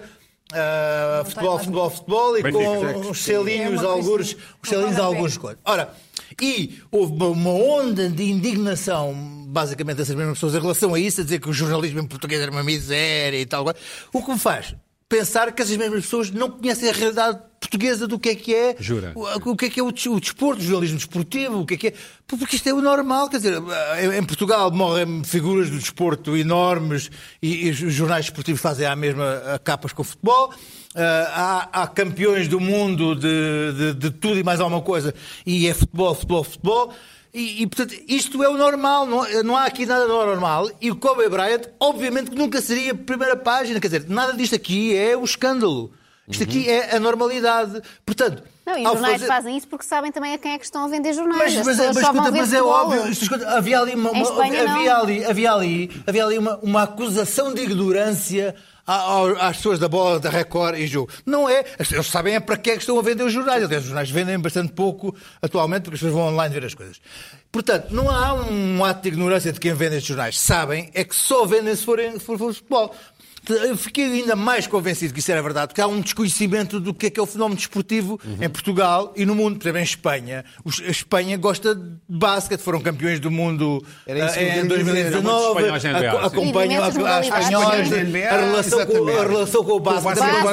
Ah, futebol, futebol, futebol e
Benfica.
com uns selinhos,
É uma
alguns,
coisa-
os selinhos,
não vale a
alguns coisas. Ora, e houve uma, uma onda de indignação, basicamente, dessas mesmas pessoas em relação a isso, a dizer que o jornalismo em português era uma miséria e tal. O que me faz pensar que essas mesmas pessoas não conhecem a realidade portuguesa do que é que é
Jura?
o- o que é que é o, des- o desporto, o jornalismo desportivo, o que é que é. Pô, Porque isto é o normal, quer dizer, eh, em- em Portugal morrem figuras do desporto enormes e, e os jornais desportivos fazem a mesma a capas com o futebol. Ah, há, há campeões do mundo de, de- de tudo e mais alguma coisa, e é futebol, futebol, futebol. E, e, portanto, isto é o normal, não, não há aqui nada de normal. E o Kobe Bryant, obviamente, que nunca seria a primeira página, quer dizer, nada disto aqui é o escândalo. Isto aqui é a normalidade. Portanto,
Não, e os
ao
jornais
fazer-
fazem isso porque sabem também a quem é que estão a vender jornais.
Mas,
As
mas, é-
pessoas
mas,
só vão
escuta,
ver
mas é
futebol.
óbvio, isto, escuta, havia ali, uma,
Em
uma-
Espanha,
havia,
não.
ali, havia ali, havia ali uma, uma acusação de ignorância a- ao- às pessoas da bola, da Record e jogo. Não é. As- Eles sabem é para que é que estão a vender os jornais. Aliás, os jornais vendem bastante pouco atualmente porque as pessoas vão online ver as coisas. Portanto, não há um ato de ignorância de quem vende estes jornais. Sabem é que só vendem se forem se for futebol. Eu fiquei ainda mais convencido que isso era verdade, porque há um desconhecimento do que é que é o fenómeno desportivo em Portugal e no mundo, por exemplo, em Espanha. Os- A Espanha gosta de basquete, foram campeões do mundo
Era isso que
eh,
eu
em
queria dizer.
Há muitos
2019.
espanhóis na NBA,
ah,
Aco-
sim.
Acompanham a,
Imensos
a
modalidades.
espanhóis,
Espanhóis na NBA,
a relação, com, a
exatamente.
relação com o basquete é
basquete,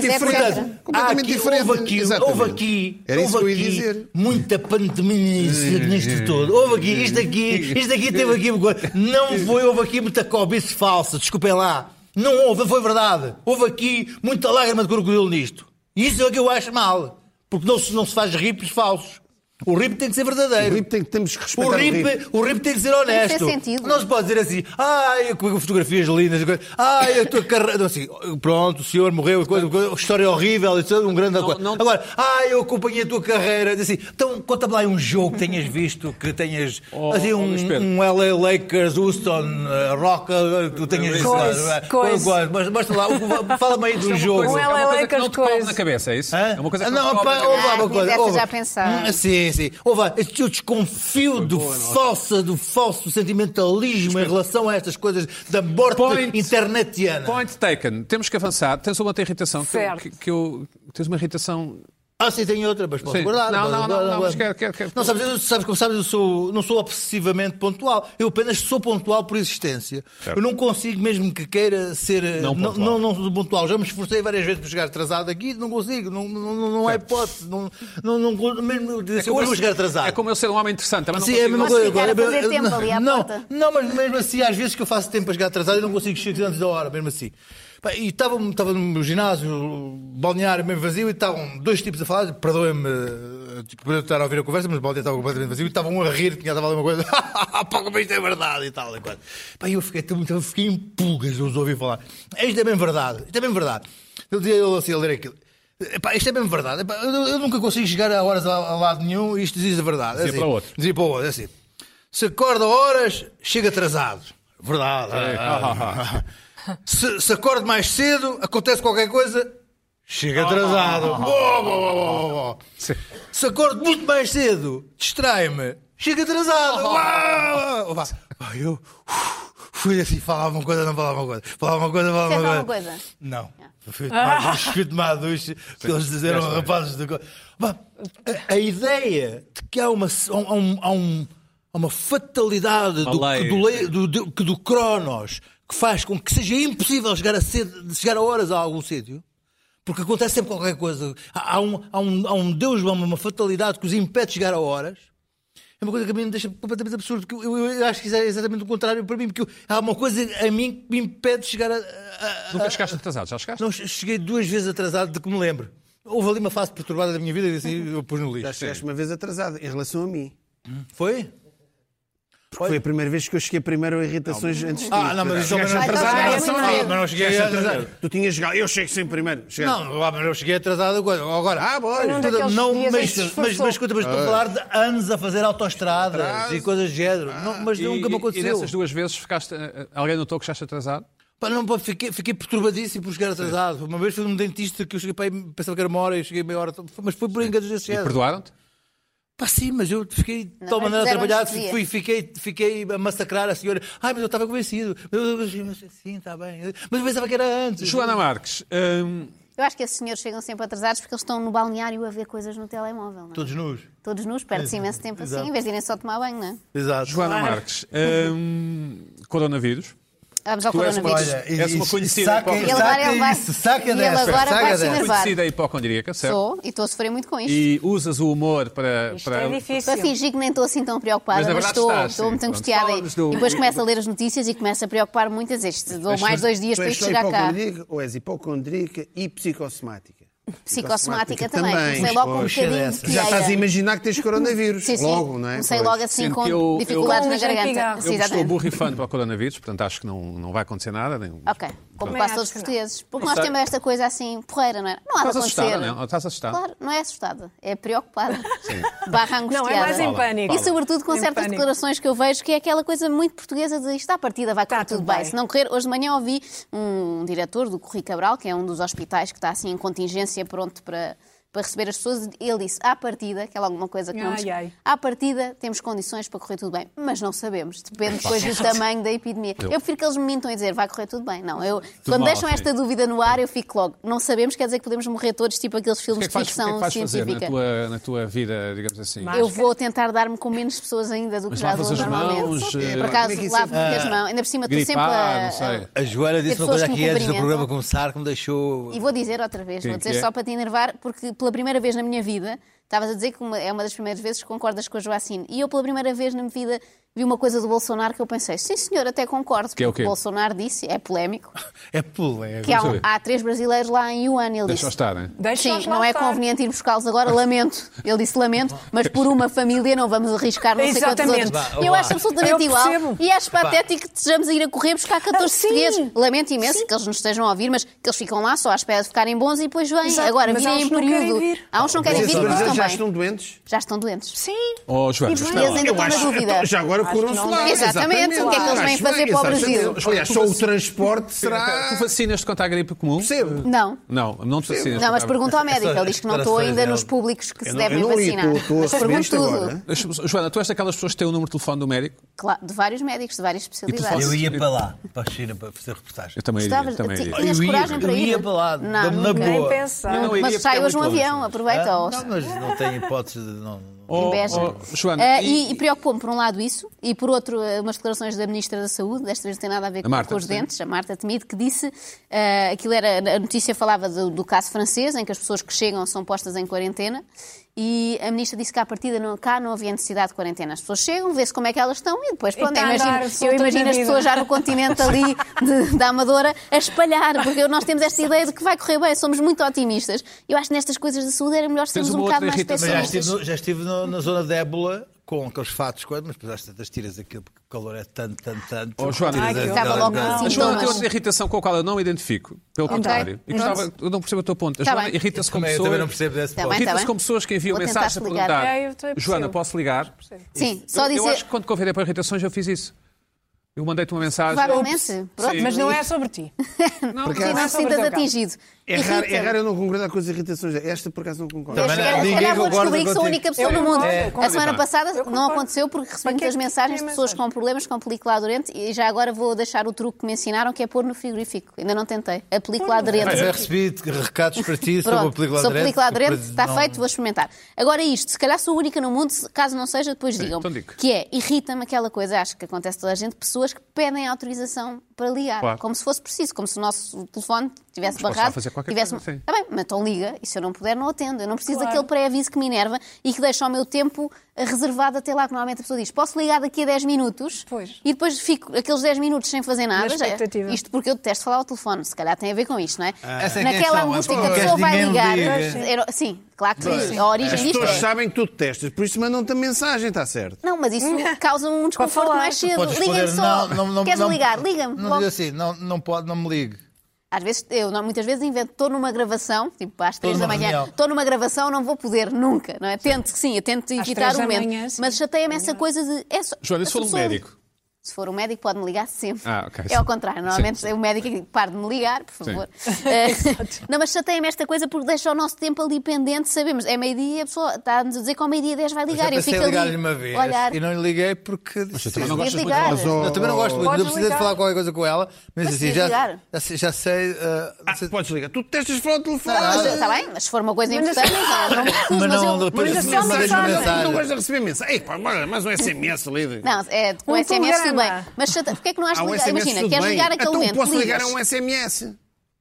ténis,
diferente.
etc.
Portanto, há
Completamente
aqui,
diferente,
houve aqui,
exatamente.
houve aqui,
Era isso
houve
que eu ia
aqui
dizer.
muita pandemia nisto- nisto todo. Houve aqui, isto aqui, isto aqui teve aqui. uma coisa. Não foi, houve aqui muita cobiça falsa, desculpem lá. Não houve, foi verdade. Houve aqui muita lágrima de crocodilo nisto. E isso é o que eu acho mal. Porque não se, não se faz ripos falsos. O ripo tem que ser verdadeiro.
O RIP tem que temos que respeitar.
O RIP, o RIP tem que ser honesto.
Tem que ter sentido.
Não se pode dizer assim, ai, com fotografias lindas, coisa, ai, a tua carreira. Não, assim, pronto, o senhor morreu, coisa, coisa, história horrível, isso é um grande. coisa.
não-
Agora, ai, eu acompanhei a tua carreira. Assim, então, conta-me lá um jogo que tenhas visto, que tenhas.
Oh,
assim,
oh,
um,
Luís Pedro.
um LA Lakers, Houston, eh, Rock, eh, que tu tenhas visto.
Coisa,
lá, não é?
coisa.
Coisa, mas- Mostra lá, o- fala-me aí do jogo.
coisa-
é uma coisa que
Lakers
não te cobre
coisa.
na cabeça, é isso?
Hã?
É uma coisa que
não,
não te cobre
pá,
na
ouve
cabeça.
lá
Ah,
uma
tinha
coisa.
dessa
ouve.
já pensada.
Hum, sim, sim. Ouve lá, este teu desconfio do falsa, do falso sentimentalismo em relação a estas coisas da morte
Point.
internetiana.
Point taken. Temos que avançar. Tens uma outra irritação que eu,
Certo.
que, que eu- Tens uma irritação.
Ah, sim, tem outra, mas posso
Sim.
guardar.
Não,
posso
não, não,
guardar,
não,
guardar.
mas quero- quero- quero-
Não, sabes, eu- sabes, como sabes, eu sou, não sou obsessivamente pontual. Eu apenas sou pontual por existência. Eu não consigo, mesmo que queira ser. eh,
Não
não,
pontual.
não, não sou pontual. Já me esforcei várias vezes para chegar atrasado aqui, não consigo. Não, não, não, não há hipótese. Não, não, não, mesmo, eu dizer, eu vou chegar atrasado.
É como eu ser um homem interessante. Também não
Sim, é a
consigo-
mesma
Posso
coisa.
ficar a fazer
Eu- eu-
tempo ali à
não,
porta?
não, mas mesmo assim, às vezes que eu faço tempo para chegar atrasado, eu não consigo chegar antes da hora, mesmo assim. Pá, E estava estava no ginásio, balneário mesmo vazio, e estavam dois tipos a falar, perdoem-me eh, tipo, por eu estar a ouvir a conversa, mas o balneário estava completamente vazio, e estavam um a rir, tinha estava ali uma coisa, pá, como isto é verdade e tal. E coisa. Pá, e eu fiquei, tão- eu fiquei em pulgas, eu os ouvi falar. Isto é bem verdade, isto é bem verdade. Eu dizia ele assim a ler aquilo. Epá, isto é mesmo verdade. Epá, eu, eu nunca consigo chegar a horas a, a lado nenhum e isto diz a verdade.
Dizia
é assim,
para o outro.
Dizia para o outro, é assim. Se acorda a horas, chega atrasado. Verdade. Ah, se, se acorda mais cedo, acontece qualquer coisa, chega atrasado. Boa, boa, boa, boa, boa.
Sim.
Se acordo muito mais cedo, distrai-me, chega
Oh.
atrasado. Uau! Opa, ai, eu uf, fui assim, falava uma coisa, não falava uma coisa. Falava uma coisa, falava
Disseste
uma
alguma
coisa. Ah.
coisa?
Não. Fui tomar um ducha, fui tomar ducha, porque eles disseram aos rapazes do. co- Bah, a- A ideia de que há uma, há um- há um- há uma fatalidade do,
Uma lei.
do, lei- do, do- que do Cronos que faz com que seja impossível chegar a, cedo, chegar a horas a algum sítio. Porque acontece sempre qualquer coisa. Há, há um, há, um, há um Deus, há uma fatalidade que os impede de chegar a horas. É uma coisa que a mim me deixa completamente absurdo. porque eu, eu- eu acho que isso é exatamente o contrário para mim. Porque eu- há uma coisa a mim que me impede de chegar a. a- a-
Nunca chegaste atrasado, já chegaste?
Não, che- cheguei duas vezes atrasado de que me lembro. Houve ali uma fase perturbada da minha vida e assim eu pus no lixo.
Já chegaste uma vez atrasado, em relação a mim.
Foi?
Porque foi a primeira vez que eu cheguei primeiro a irritações antes de ti.
Ah, não, mas isso também não
Chegaste atrasado
atrasado.
em
Ah,
relação a mim.
Mas não cheguei atrasado.
Tu tinhas chegado, eu chego sempre primeiro. Chegaste.
Não, ah, mas eu cheguei atrasado agora. agora.
Ah, boa.
Foi um
Portanto,
daqueles
não,
dias em que
mas,
se
mas,
esforçou.
mas, escuta, mas estou a falar de anos a fazer autoestradas e coisas do género. Não, mas nunca me
E
aconteceu.
nessas duas vezes ficaste. eh, Alguém notou que chegaste atrasado?
Pá, não, pá, fiquei, fiquei perturbadíssimo por chegar atrasado. Uma vez fui num dentista que eu cheguei para aí, pensava que era uma hora e cheguei meia hora, mas foi por enganos desse
E
género.
perdoaram-te?
Pá, sim, mas eu fiquei de tal
mas
maneira
fizeram
atrapalhado,
anestesia.
fui, fiquei, fiquei a massacrar a senhora. Ai, mas eu estava convencido. Mas eu- eu- eu- sim, está bem. Mas eu pensava que era antes.
Joana Marques, hum,
Eu acho que esses senhores chegam sempre atrasados porque eles estão no balneário a ver coisas no telemóvel. Não é?
Todos nus.
Todos nus, perde-se imenso tempo assim,
Exato.
em vez de irem só tomar banho, não é?
Exato.
Joana Marques, hum, coronavírus.
Vamos Ah, ao
Tu és
coronavírus.
uma- És é uma conhecida
Saca,
hipócrita.
E agora ele
saca
vai-
isso, saca
e ele
dessa,
agora
saca
vai se
dessa.
enervar.
Conhecida hipocondríaca, certo?
Sou e estou a sofrer muito com isto.
E usas o humor para.
Isto
para- um
é
Para
difícil.
fingir que nem estou assim tão preocupada,
Mas
mas,
na verdade
estou,
estás,
estou
sim.
muito
Pronto.
angustiada. E,
Fala-nos do-
e depois começo a ler as notícias e começo a preocupar muito a dizer isto. Dou mais dois dias
Tu
para
és
isto
só
chegar cá.
hipocondríaca ou és hipocondríaca e psicossomática?
Psicossomática também. Comecei logo com um
Poxa,
bocadinho de
dessa.
Já estás a
pieira.
imaginar que tens coronavírus.
Sim, sim.
Logo, não é?
Comecei
Pois.
logo assim
Sendo
com
que eu-
dificuldades
eu-
na
Com um
garganta.
jantigarro.
Sim,
Eu estou
exatamente.
borrifando para o coronavírus, portanto acho que não, não vai acontecer nada. Nem...
Ok. como
Também
quase
acho
todos os
que não.
portugueses. Porque
Não
nós
sei.
temos esta coisa assim, porreira, não é? Não há de
Estás assustada,
acontecer.
não? é? Estás assustada?
Claro, não é assustada, é preocupada. Barra angustiada.
Não, é mais em
Paula,
pânico.
Paula.
E sobretudo com
Em
certas
pânico.
declarações que eu vejo, que é aquela coisa muito portuguesa de isto à partida vai correr
Tá
tudo,
tudo
bem.
bem.
Se não correr, hoje de manhã ouvi um diretor do Corri Cabral, que é um dos hospitais que está assim em contingência pronto para, para receber as pessoas, ele disse à partida, que é alguma coisa que não
Ai,
nos...
ai.
À partida temos condições para correr tudo bem, mas não sabemos, depende depois do tamanho da epidemia. Eu prefiro que eles me mintam e dizer vai correr tudo bem. Não, eu quando
mal,
deixam
sim.
esta dúvida no ar, eu fico logo. Não sabemos, quer dizer que podemos morrer todos, tipo aqueles
O que
filmes
é que vais,
de
o que é que
ficção
vais fazer na
científica.
tua, na tua vida, digamos assim?
Mas-
Eu
Máscara.
vou tentar dar-me com menos pessoas ainda do que
Mas
já
lavas
dou
as
normalmente.
mãos, eh,
Por
como é
acaso,
que isso-
lavo muito as mãos. Ainda por cima, estou sempre
gripar,
a.
não sei.
A Joana disse
As pessoas
uma coisa
que
aqui
me
antes do programa
cumprimentam.
começar que me deixou.
E vou dizer outra vez,
Sim,
vou
que
dizer
é?
só para te enervar, porque pela primeira vez na minha vida, estavas a dizer que uma- é uma das primeiras vezes que concordas com a Joacine, e eu pela primeira vez na minha vida vi uma coisa do Bolsonaro que eu pensei, sim senhor, até concordo,
Que é o
porque
quê? Ah,
Bolsonaro disse, é polémico,
É polémico.
que há, um-
saber.
há três brasileiros lá em Wuhan, ele
Deixa eu
disse.
estar, hein?
Deixa-os
Sim,
lá
não é
estar.
conveniente ir buscá-los agora, lamento. Ele disse lamento, mas por uma família não vamos arriscar não sei quantos
Exatamente.
outros.
Vá,
Eu
vá.
acho absolutamente
Eu
igual.
percebo.
E acho patético que estejamos a ir a correr buscar 14
Ah, sim.
portugueses. Lamento imenso que eles nos estejam a ouvir, mas que eles ficam lá só à espera de ficarem bons e depois vêm.
Exato,
Agora,
mas
virem
eles
em
não querem
período.
vir.
Há uns que não querem
Mas
vir, mas
eles já
também.
estão doentes?
Já estão doentes.
Sim.
Oh, Joana,
E
espera
bem.
Eles
lá.
ainda têm uma dúvida.
então Já agora curam-se
não
lá.
dá.
Exatamente, o que é que eles vêm
Acho
fazer
bem,
para o
exatamente.
Brasil?
Olha, só o transporte
Tu
Ah.
será...
vacinas-te contra a gripe comum?
Percebo.
Não.
Não, não te vacinas. contra a
Não, mas
gripe.
pergunta ao médico. Ele diz que não estou ainda nos públicos que se devem
eu não li, estou-
vacinar.
estou a
Mas
receber
pergunto
isto agora.
tudo.
Deixa-me- Joana, tu és daquelas pessoas que têm o número de telefone do médico?
Claro, de vários médicos, de várias especialidades.
Eu ia para lá, para a China, para fazer reportagem.
Eu também
Gostava-
iria. Também
ti-
iria.
Tinhas
Eu ia-
coragem para
eu
ir?
ia para lá,
Não,
na
nunca.
boa.
Nem é pensar.
Não, eu
Mas
iria
sai
porque é
hoje um
muito longe,
avião,
mas-
aproveita.
Ah,
ou-
Não, mas não tem hipótese de não. não-
Oh,
Inveja.
oh, Joana,
Ah,
e-
um e, e preocupa-me, por um lado, isso, e por outro, ah, umas declarações da Ministra da Saúde, desta vez não tem nada a ver
A
com,
Marta,
com os
sim.
dentes, a Marta Temido, que disse, ah, aquilo era, a notícia falava do, do caso francês, em que as pessoas que chegam são postas em quarentena, e a Ministra disse que à partida não, cá não havia necessidade de quarentena. As pessoas chegam, vê-se como é que elas estão, e depois,
E
pronto,
está a
imagino-
andar
eu
soltas
imagino
na
as
vida.
pessoas já no continente ali de- da Amadora a espalhar, porque nós temos esta ideia de que vai correr bem, somos muito otimistas. Eu acho que nestas coisas da saúde era melhor sermos
uma
um bocado
outra
mais
irritação.
Mas já
Mas
pessimistas.
estive, no- já estive no- na zona de ébola com aqueles fatos, quando, mas depois às tantas tiras aquilo, porque o calor é tanto, tanto, tanto.
Oh, Joana.
Tiras
Ai, que
aquela-
Estava logo
aquela-
com
A Joana tem
sintomas.
outra irritação com a qual eu não identifico. Pelo contrário. E gostava, eu não percebo o teu ponto. A
Tá
Joana
bem.
irrita-se com
Também- Então, Eu também não
pessoas.
percebo desse
Também.
ponto.
Irrita-se
bem.
com pessoas que enviam
Vou tentar
mensagens a
ligar.
perguntar.
É, eu também
Joana,
percebo.
posso ligar?
Sim,
Eu-
só
Eu acho
dizer.
que quando convidei para irritações eu fiz isso. Eu mandei-te uma mensagem.
Provavelmente. Pronto,
Mas não é sobre ti.
Não,
Porque
não. é
Sim, não se sintas atingido.
É raro, é
Irrita-me.
raro eu não concordar com as irritações. Esta, por acaso, não concordo.
Também
Se calhar- se
ninguém
assim. calhar vou
concorda
descobrir que sou a
contigo.
única pessoa
Eu
no mundo.
concordo, eu
A
É, concordo.
semana passada não
concordo.
aconteceu porque recebi
Para que é
muitas
que
mensagens de
tem
pessoas com
mensagem?
problemas com película aderente e já agora vou deixar o truque que me ensinaram que é pôr no frigorífico. Ainda não tentei. A película
Mas é já
aderente.
recebi recados para ti sobre a
Pronto,
película
sobre
aderente.
película aderente, está
Não-
tá feito, vou experimentar. Agora é isto, se calhar sou a única no mundo, se- caso não seja, depois digam
então digo.
que é, irrita-me aquela coisa, acho que acontece a toda a gente, pessoas que pedem autorização para ligar,
Claro.
como se fosse preciso, como se o nosso telefone tivesse
posso lá
barrado,
fazer qualquer
tivesse...
coisa, sim.
Está bem, mas então liga, e se eu não puder, não atendo. Eu não preciso daquele pré-aviso que me enerva e que deixa o meu tempo eh, reservado até lá, que normalmente a pessoa diz, posso ligar daqui a 10 minutos?
Pois.
E depois fico aqueles 10 minutos sem fazer nada. é.
Na expectativa.
Isto porque eu detesto falar ao telefone, se calhar tem a ver com isto, não
Ah,
é?
Essa é a
Naquela
questão,
angústia
é
que a
porque
pessoa vai
ninguém
ligar.
liga.
Era- Sim, claro que sim. A origem
As
disto
pessoas
é-
sabem que tu testas, por isso mandam-te a mensagem, está certo?
Não, mas isso causa um desconforto
falar.
mais cedo.
Podes
Liga-me
responder,
só.
não, não, não,
Queres
não-
ligar? Liga-me.
Não
logo.
diz assim, não, não pode, não me ligue.
Às vezes, eu não- muitas vezes invento, estou numa gravação, tipo às três da
numa
manhã,
reunião.
estou numa gravação, não vou poder nunca, não é? Tento, sim, eu tento evitar
três
o
da
momento.
manhã, sim.
Mas chateia-me essa coisa de. É só,
Joana,
a
se for um
pessoa-
médico.
Se for um médico, pode-me ligar sempre.
Ah, ok, sim.
É ao contrário. Normalmente
Sim, sim.
o médico é que para de me ligar, por favor. Eh, não, mas chateia-me esta coisa porque deixa o nosso tempo ali pendente. Sabemos, é meio-dia, a pessoa está-nos a dizer que ao meio-dia 10 vai ligar.
já
Eu
pensei
fico
em
ali.
ligar-lhe uma vez
Olhar.
e não lhe liguei porque.
Mas eu também não
Devias
gostas muito
ligar.
de
Mas, oh, eu também não gosto,
Podes
eu precisei de
ligar.
falar qualquer coisa com ela, mas,
Mas
assim,
devias
já,
ligar.
já sei- já sei. ah, não
Ah,
sei-
podes ligar. tá Tu testas falar ao telefone.
Mas está bem, mas se for uma coisa
Mas
importante, não me recuso,
Mas
mas
não,
eu-
depois
mas
me
é só
tá
mandas
mensagem.
mensagem.
Não gosto de receber mensagem. Ei, pá, olha, mais um SMS ali.
Não, é com
Um
SMS tudo bem.
telegrama.
Mas chata- porquê é que não has
Há
de
um
ligar?
SMS
Imagina,
tudo
queres
bem.
ligar aquele
Então
momento.
posso ligar a
ligas.
um SMS.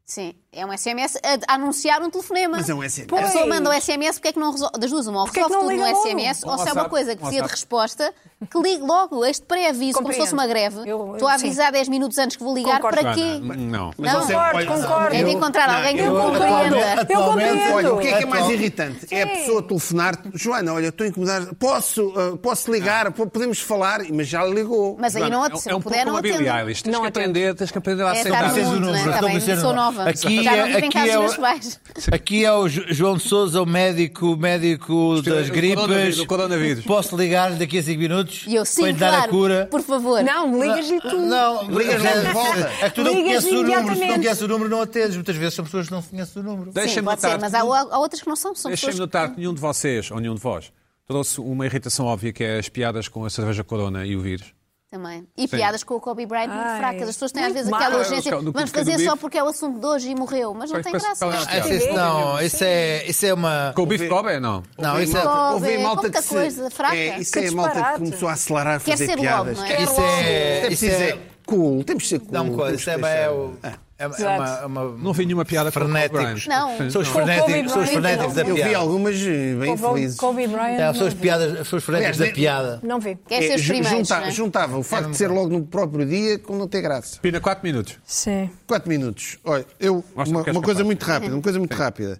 Sim. É um SMS a a anunciar um telefonema.
Mas é um SMS.
A pessoa
Pois.
manda um SMS, porque é que não resolve? Das duas, uma, ou
Porque é que
resolve tudo
não
no
liga logo?
SMS,
Um
ou se é uma
WhatsApp,
coisa que
um
precisa de
WhatsApp.
resposta, que ligue logo este pré-aviso, como se fosse
Compreendo.
uma greve.
Eu- eu-
Estou a
sim.
avisar 10 minutos antes que vou ligar,
Concordo.
para quê?
Joana, Não.
Mas
Não.
você-
Concordo,
olha,
concordo.
É de encontrar
Não,
alguém que
eu-
o compreenda.
Eu
Atualmente,
compreendo.
Olha, o que é que é mais
Atual-
irritante? É a pessoa telefonar, Joana, olha, estou incomodada, posso, ah, posso ligar, Po- podemos falar, mas já ligou.
Mas aí
Joana,
não,
é um-
se
é
não
um
puder,
pouco
não
uma Billie
atenda.
Eilish. Tens
Não
que
atendo.
aprender, tens que aprender a
É,
aceitar.
tá
Preciso
muito,
o
né?
número,
Tá
não
bem,
preciso o
sou
número.
nova.
Aqui
Já não
é,
vivo em
aqui
casa
é
dos meus
o-
pais.
Aqui é o Jo- João Sousa, o médico, o médico das
é o
gripes.
coronavírus, o coronavírus.
Posso ligar daqui a 5 minutos
E eu,
para
sim,
lhe dar a cura?
claro, por
é
favor.
Não, ligas-lhe tu.
Não,
Ligas
é-
logo de volta.
É que tu não
Ligas
conheces o número. Se tu não
imediatamente.
conheces o número, não atendes. Muitas vezes são pessoas que não conhecem o número.
Sim,
Deixem-me
pode ser,
notar,
mas há, há outras que não são. são pessoas
deixem-me notar que nenhum de vocês, ou nenhum de vós, trouxe uma irritação óbvia que é as piadas com a cerveja corona e o vírus.
Também. E piadas com o Kobe Bryant muito
Ai,
fracas. As pessoas têm às
muito
vezes
mal.
aquela
Ah,
urgência.
do- do-
Vamos
do- do
fazer
bife.
só porque é o assunto de hoje e morreu. Mas não
Pois,
tem
pois,
graça.
qual é a
Ah, esse- esse não, esse é, esse é uma.
Com o bife cobre, não.
Não, isso é.
Kobe,
Houve
é pouca coisa fraca.
É, isso
Que
é a malta que
disparate.
começou a acelerar a
Quer
fazer
ser logo,
piadas.
não é?
Isso é.
Temos
Isso
de ser
é.
cool, temos de ser cool.
Não,
temos
isso é.
de Ah,
uma- É
deixar-
o- é uma- é
Exato.
uma- é uma-
Não vi nenhuma piada com o Kobe
Frenéticos.
Bryant.
Não.
São os
Com o Kobe
frenéticos, são os
Bryant,
frenéticos da
não.
Eu vi
piada.
algumas eh, bem
Kobe,
felizes.
Kobe Bryant.
É,
não
São as
vi.
piadas, são os frenéticos
Aliás,
da
nem-
piada.
Não vi.
Quer ser
É,
os
ju-
primeiros.
junta-
não é?
Juntava o facto de ser logo no próprio dia com não ter graça.
Pina, 4 minutos.
Sim.
Quatro minutos. Olha, eu,
Mostra
uma,
o que és
uma coisa
capaz.
muito rápida, uma coisa muito rápida.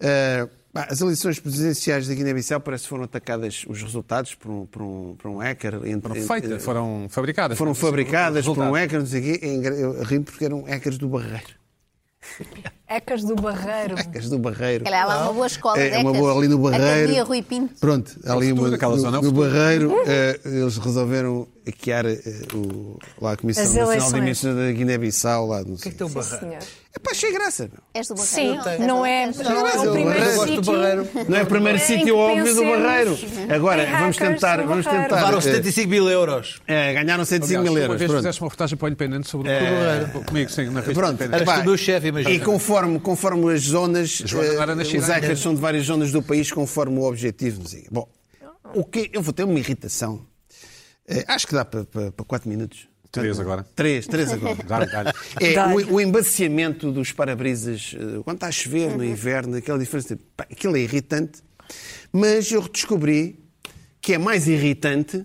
Eh, pá, as eleições presidenciais da Guiné-Bissau parece que foram atacadas os resultados por um, por um, por um hacker. Entre,
Foram
entre-
feitas, foram fabricadas.
foram fabricadas por um
Resultado.
hacker, não sei o quê. É engra- Eu rimo porque eram hackers do Barreiro.
Ecas do Barreiro.
Hackers do Barreiro.
Olha, há lá uma boa escola.
É, é uma
décadas.
boa ali no
Academia
Barreiro.
Rui Pinto.
Pronto, ali
futuro
uma,
daquela
no,
zona, é o
no
futuro.
Barreiro, eh, eles resolveram hackear eh, o, lá a Comissão
As
Nacional
eleições.
de Emissions da Guiné-Bissau. lá não sei.
O que é um
Sim,
barreiro?
senhor.
É pá, achei graça. meu.
És do Barreiro.
Sim,
és do
não é,
Barreiro.
não é o primeiro
Eu gosto
do
sítio.
Barreiro.
Não é o primeiro
Em
sítio
que
óbvio do
pensemos.
Barreiro. Agora,
Em hackers
vamos tentar,
do
vamos
Barreiro.
tentar.
Levaram
eh,
75 mil euros.
eh, ganharam 75
Aliás,
mil
Uma
euros.
vez
Pronto. É.
fizeste uma reportagem para o Independente sobre o Kobe Comigo, sim, na revista
Pronto,
Independente.
Eras
epá,
tu meu chefe, imagina.
E conforme, conforme as zonas,
Joana não era
eh,
nascida
os
ainda.
hackers são de várias zonas do país, conforme o objetivo. não sei. Bom, o que eu vou ter uma irritação. Eh, Acho que dá para 4 minutos.
Três agora.
3, 3 agora.
Dá-lhe, dá-lhe.
É,
Dá-lhe.
o, o embaciamento dos para-brisas, eh, quando está a chover
Uhum.
no inverno, aquela diferença, pá, aquilo é irritante, mas eu descobri que é mais irritante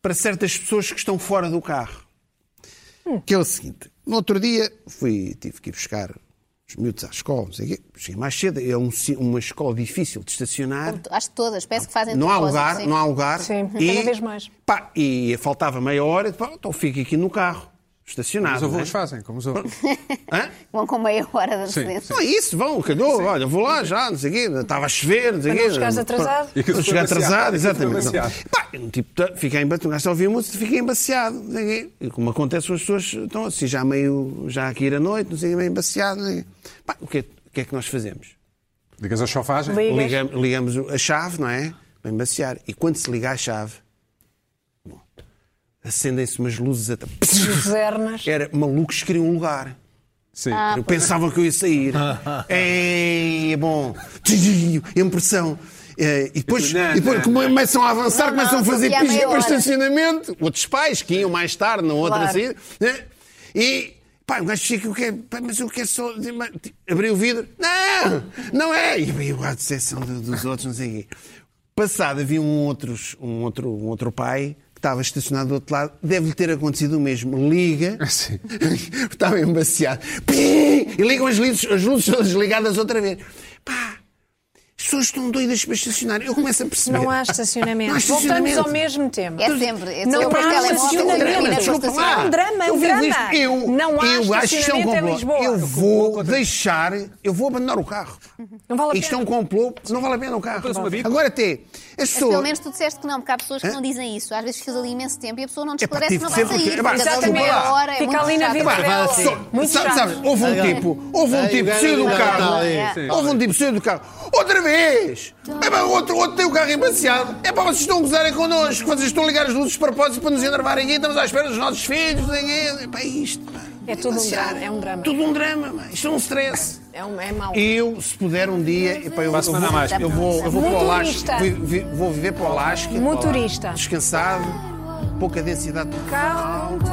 para certas pessoas que estão fora do carro.
Hum.
Que é o seguinte, no outro dia fui, tive que ir buscar os miúdos à escola, não sei o quê, cheguei mais cedo, é um si- uma escola difícil de estacionar,
Acho que todas. Parece que fazem
não há
propósito,
lugar,
sim.
não há lugar.
Um Sim, é cada vez mais.
Pá, e faltava meia hora, pá, então fico aqui no carro, estacionado.
Os
não é?
avós fazem, como os avós.
Hã?
Vão com meia hora de
Sim,
antecedência.
Não, é isso, vão, calhou, olha, vou lá já, não sei o quê, estava a chover, não sei
Para
o quê. né,
não chegares atrasado.
E que
Para
se
chegar
foi
atrasado,
baciado.
exatamente.
Foi baciado.
Não. Pá, eu, tipo, tá- fiquei embaciado, um gajo está a ouvir a música, fiquei embaciado, não sei o quê. E como acontece com as pessoas, estão assim, já meio, já aqui ir à noite, não sei o quê, meio embaciado, não sei o quê. Pá, o que, é, o que é que nós fazemos?
Digas a chofagem?
Ligas.
Ligam- Ligamos, a chave, não é? Para embaciar. E quando se liga a chave, bom, acendem-se umas luzes até...
Zernas.
Era malucos que queriam um lugar.
Sim.
Eu pensava que eu ia sair. é bom. Impressão. É, E depois,
Não,
e depois
não,
como começam a avançar,
Não, não,
começam a fazer
só que há
pistas
meia
para o
hora.
estacionamento. Outros pais que iam mais tarde na outra
Claro.
saída. né? E pá, o gajo fica, eu quero, pá, mas eu quero só mas, t- abrir o vidro. Não, não é. E veio a decepção do- dos outros, não sei o quê. Passado havia um, outros, um, outro, um outro pai que estava estacionado do outro lado. Deve-lhe ter acontecido o mesmo. Liga.
Sim.
Estava embaciado. Pim! E ligam as luzes, as luzes todas ligadas outra vez. Pá, as pessoas estão doidas para estacionar. Eu começo a perceber.
Não há estacionamento.
Não há estacionamento.
Voltamos ao mesmo tempo.
É sempre. É
Não
sempre
há
o telemóvel
estacionamento.
termina com
Desculpa
estacionamento.
lá. É um drama, é um
eu vejo
drama.
isto. Eu,
Não há
eu acho que isto é um
estacionamento em
complô.
Lisboa.
Eu vou deixar, eu vou abandonar o carro.
Não vale a
Isto é
pena.
um complô, não vale a pena o carro.
Parece uma bica.
Agora até, as
Mas pelo
pessoas...
menos tu disseste que não, porque há pessoas que não dizem isso. Às vezes ficas ali imenso tempo e a pessoa não te
É. Epá,
esclarece que
tive
não vai
sempre que-
sair.
epá,
Fica ali
desculpa lá.
meia hora, é
Fica
muito
ali na
chato.
vida
Epá,
dela.
assim.
Muito
Sabe-
chato.
sabes, houve um
Legal.
tipo, houve um
Ai,
tipo,
legal,
saiu do
tá
legal,
carro,
legal,
sim.
houve um tipo, saiu do carro, outra vez! É pá, outro, outro tem o carro embaciado. É pá, vocês estão a gozarem connosco, vocês estão a ligar as luzes de propósito para nos enervarem aqui, estamos à espera dos nossos filhos, não sei o quê. é pá, isto, pá.
É tudo um
Embaciado.
drama, é um drama.
Tudo um drama, mãe. isto é um stress.
É, um, é mau.
Eu, se puder um dia, epá,
é
eu,
Para a
eu,
semana
vou,
há mais.
eu vou, eu vou para o
Motorista.
Alasca, vi- vi- vou viver para o Alasca,
Motorista.
descansado, pouca densidade.
Carro com